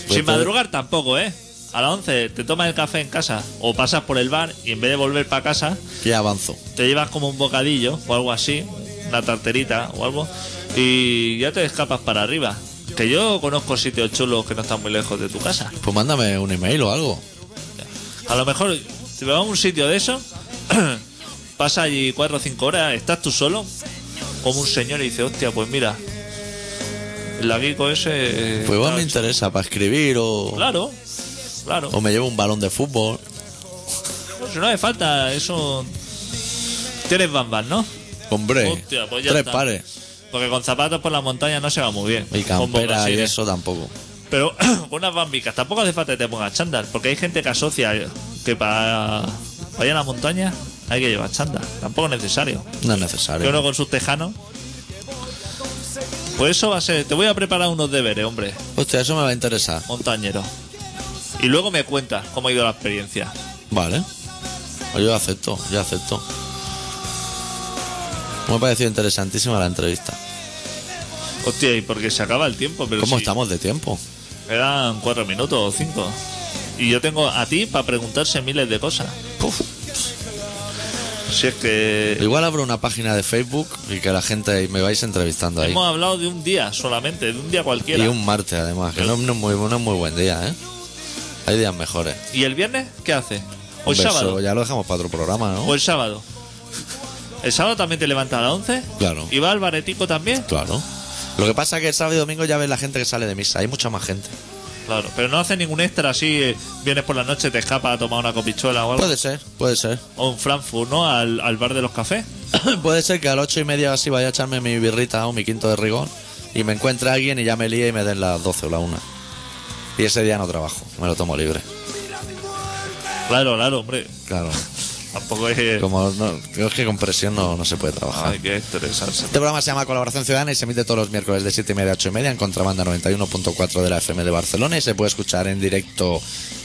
Speaker 1: Pues
Speaker 2: Sin
Speaker 1: todo-
Speaker 2: madrugar tampoco, ¿eh? A las 11 te tomas el café en casa o pasas por el bar y en vez de volver para casa
Speaker 1: Ya avanzo.
Speaker 2: te llevas como un bocadillo o algo así, una tarterita o algo y ya te escapas para arriba. Que yo conozco sitios chulos que no están muy lejos de tu casa.
Speaker 1: Pues mándame un email o algo.
Speaker 2: A lo mejor te vas a un sitio de eso, <clears throat> pasa allí cuatro o cinco horas, estás tú solo, como un señor y dices, hostia, pues mira, el laguico ese... eh,
Speaker 1: Pues igual
Speaker 2: está
Speaker 1: me
Speaker 2: hecho".
Speaker 1: interesa para escribir o,
Speaker 2: Claro, claro.
Speaker 1: o me llevo un balón de fútbol.
Speaker 2: Pues no hace falta, eso. Tienes bambas, ¿no?
Speaker 1: Hombre,
Speaker 2: Hostia, pues ya
Speaker 1: tres
Speaker 2: está.
Speaker 1: pares.
Speaker 2: Porque con zapatos por la montaña no se va muy bien.
Speaker 1: Y
Speaker 2: Con
Speaker 1: campera y
Speaker 2: mocasines.
Speaker 1: eso tampoco.
Speaker 2: Pero <clears throat> con unas bambicas, tampoco hace falta que te pongas chándal, porque hay gente que asocia que para para ir a la montaña hay que llevar chándal. Tampoco es necesario.
Speaker 1: No es
Speaker 2: Que
Speaker 1: necesario.
Speaker 2: uno con sus tejanos. Pues eso va a ser. Te voy a preparar unos deberes, hombre,
Speaker 1: Hostia, eso me va a interesar.
Speaker 2: montañero. Y luego me cuentas cómo ha ido la experiencia.
Speaker 1: Vale. Pues Yo acepto, yo acepto. Me ha parecido interesantísima la entrevista.
Speaker 2: Hostia, y porque se acaba el tiempo, pero
Speaker 1: ¿Cómo
Speaker 2: si-
Speaker 1: estamos de tiempo?
Speaker 2: Eran cuatro minutos o cinco. Y yo tengo a ti para preguntarse miles de cosas.
Speaker 1: Puf.
Speaker 2: Si es que
Speaker 1: Igual abro una página de Facebook y que la gente me vais entrevistando ahí.
Speaker 2: hemos hablado de un día solamente, de un día
Speaker 1: Y
Speaker 2: cualquiera. ¿Y,
Speaker 1: un martes además, que no, no es muy, no es muy buen día, ¿eh? Hay días mejores.
Speaker 2: el viernes qué hace? ¿O el
Speaker 1: Hombre, eso
Speaker 2: sábado?
Speaker 1: ya lo dejamos para otro programa, ¿no?
Speaker 2: ¿O el sábado? ¿El sábado también te levanta a las 11?
Speaker 1: Claro.
Speaker 2: ¿Y va al baretico también?
Speaker 1: Claro. Lo que pasa es que el sábado y domingo ya ves la gente que sale de misa. Hay mucha más gente.
Speaker 2: Claro. Pero no hace ningún extra así, eh, vienes por la noche, te escapas a tomar una copichuela o algo.
Speaker 1: Puede ser, puede ser.
Speaker 2: O un Frankfurt, ¿no? Al, al bar de los cafés.
Speaker 1: <coughs> puede ser que a las ocho y media o así vaya a echarme mi birrita o mi quinto de rigor y me encuentre alguien y ya me líe y me den las 12 o la una. Y ese día no trabajo, me lo tomo libre.
Speaker 2: Claro, claro, hombre.
Speaker 1: Claro.
Speaker 2: Tampoco es...
Speaker 1: Como no, creo que con presión no, no se puede trabajar.
Speaker 2: Hay que estresarse.
Speaker 1: Este programa se llama Colaboración Ciudadana y se emite todos los miércoles de 7 y media a 8 y media en Contrabanda 91.4 de la FM de Barcelona y se puede escuchar en directo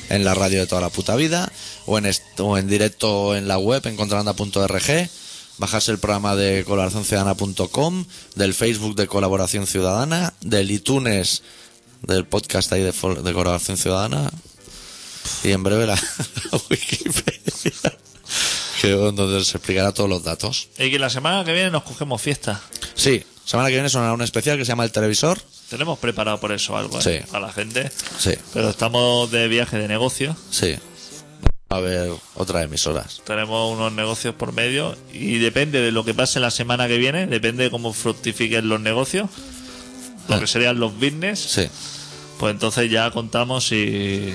Speaker 1: en la radio de toda la puta vida o en, est- o en directo en la web en contrabanda.org, bajarse el programa de colaboracionciudadana.com, del Facebook de Colaboración Ciudadana, del iTunes del podcast ahí de, fol- de Colaboración Ciudadana y en breve la, <laughs> la Wikipedia, que donde se explicará todos los datos.
Speaker 2: Y que la semana que viene nos cogemos fiesta.
Speaker 1: Sí, semana que viene sonará un especial que se llama El Televisor.
Speaker 2: Tenemos preparado por eso algo ¿eh?
Speaker 1: Sí.
Speaker 2: a la gente.
Speaker 1: Sí,
Speaker 2: Pero estamos de viaje de negocio.
Speaker 1: sí. A ver, otras emisoras.
Speaker 2: Tenemos unos negocios por medio. Y depende de lo que pase la semana que viene. Depende de cómo fructifiquen los negocios. Lo que serían los business.
Speaker 1: Sí,
Speaker 2: Pues entonces ya contamos y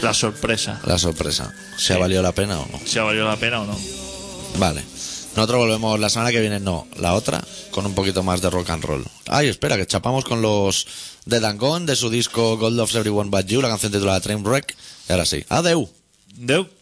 Speaker 2: la sorpresa.
Speaker 1: la sorpresa. ¿Se ha
Speaker 2: Sí.
Speaker 1: valido la pena o no?
Speaker 2: Si ha valido la pena o no.
Speaker 1: Vale. Nosotros volvemos la semana que viene, no, la otra, con un poquito más de rock and roll. Ay, espera, que chapamos con los de Dangón de su disco Gold Loves Everyone But You, la canción titulada Trainwreck. Y ahora sí, adeu.
Speaker 2: Deu.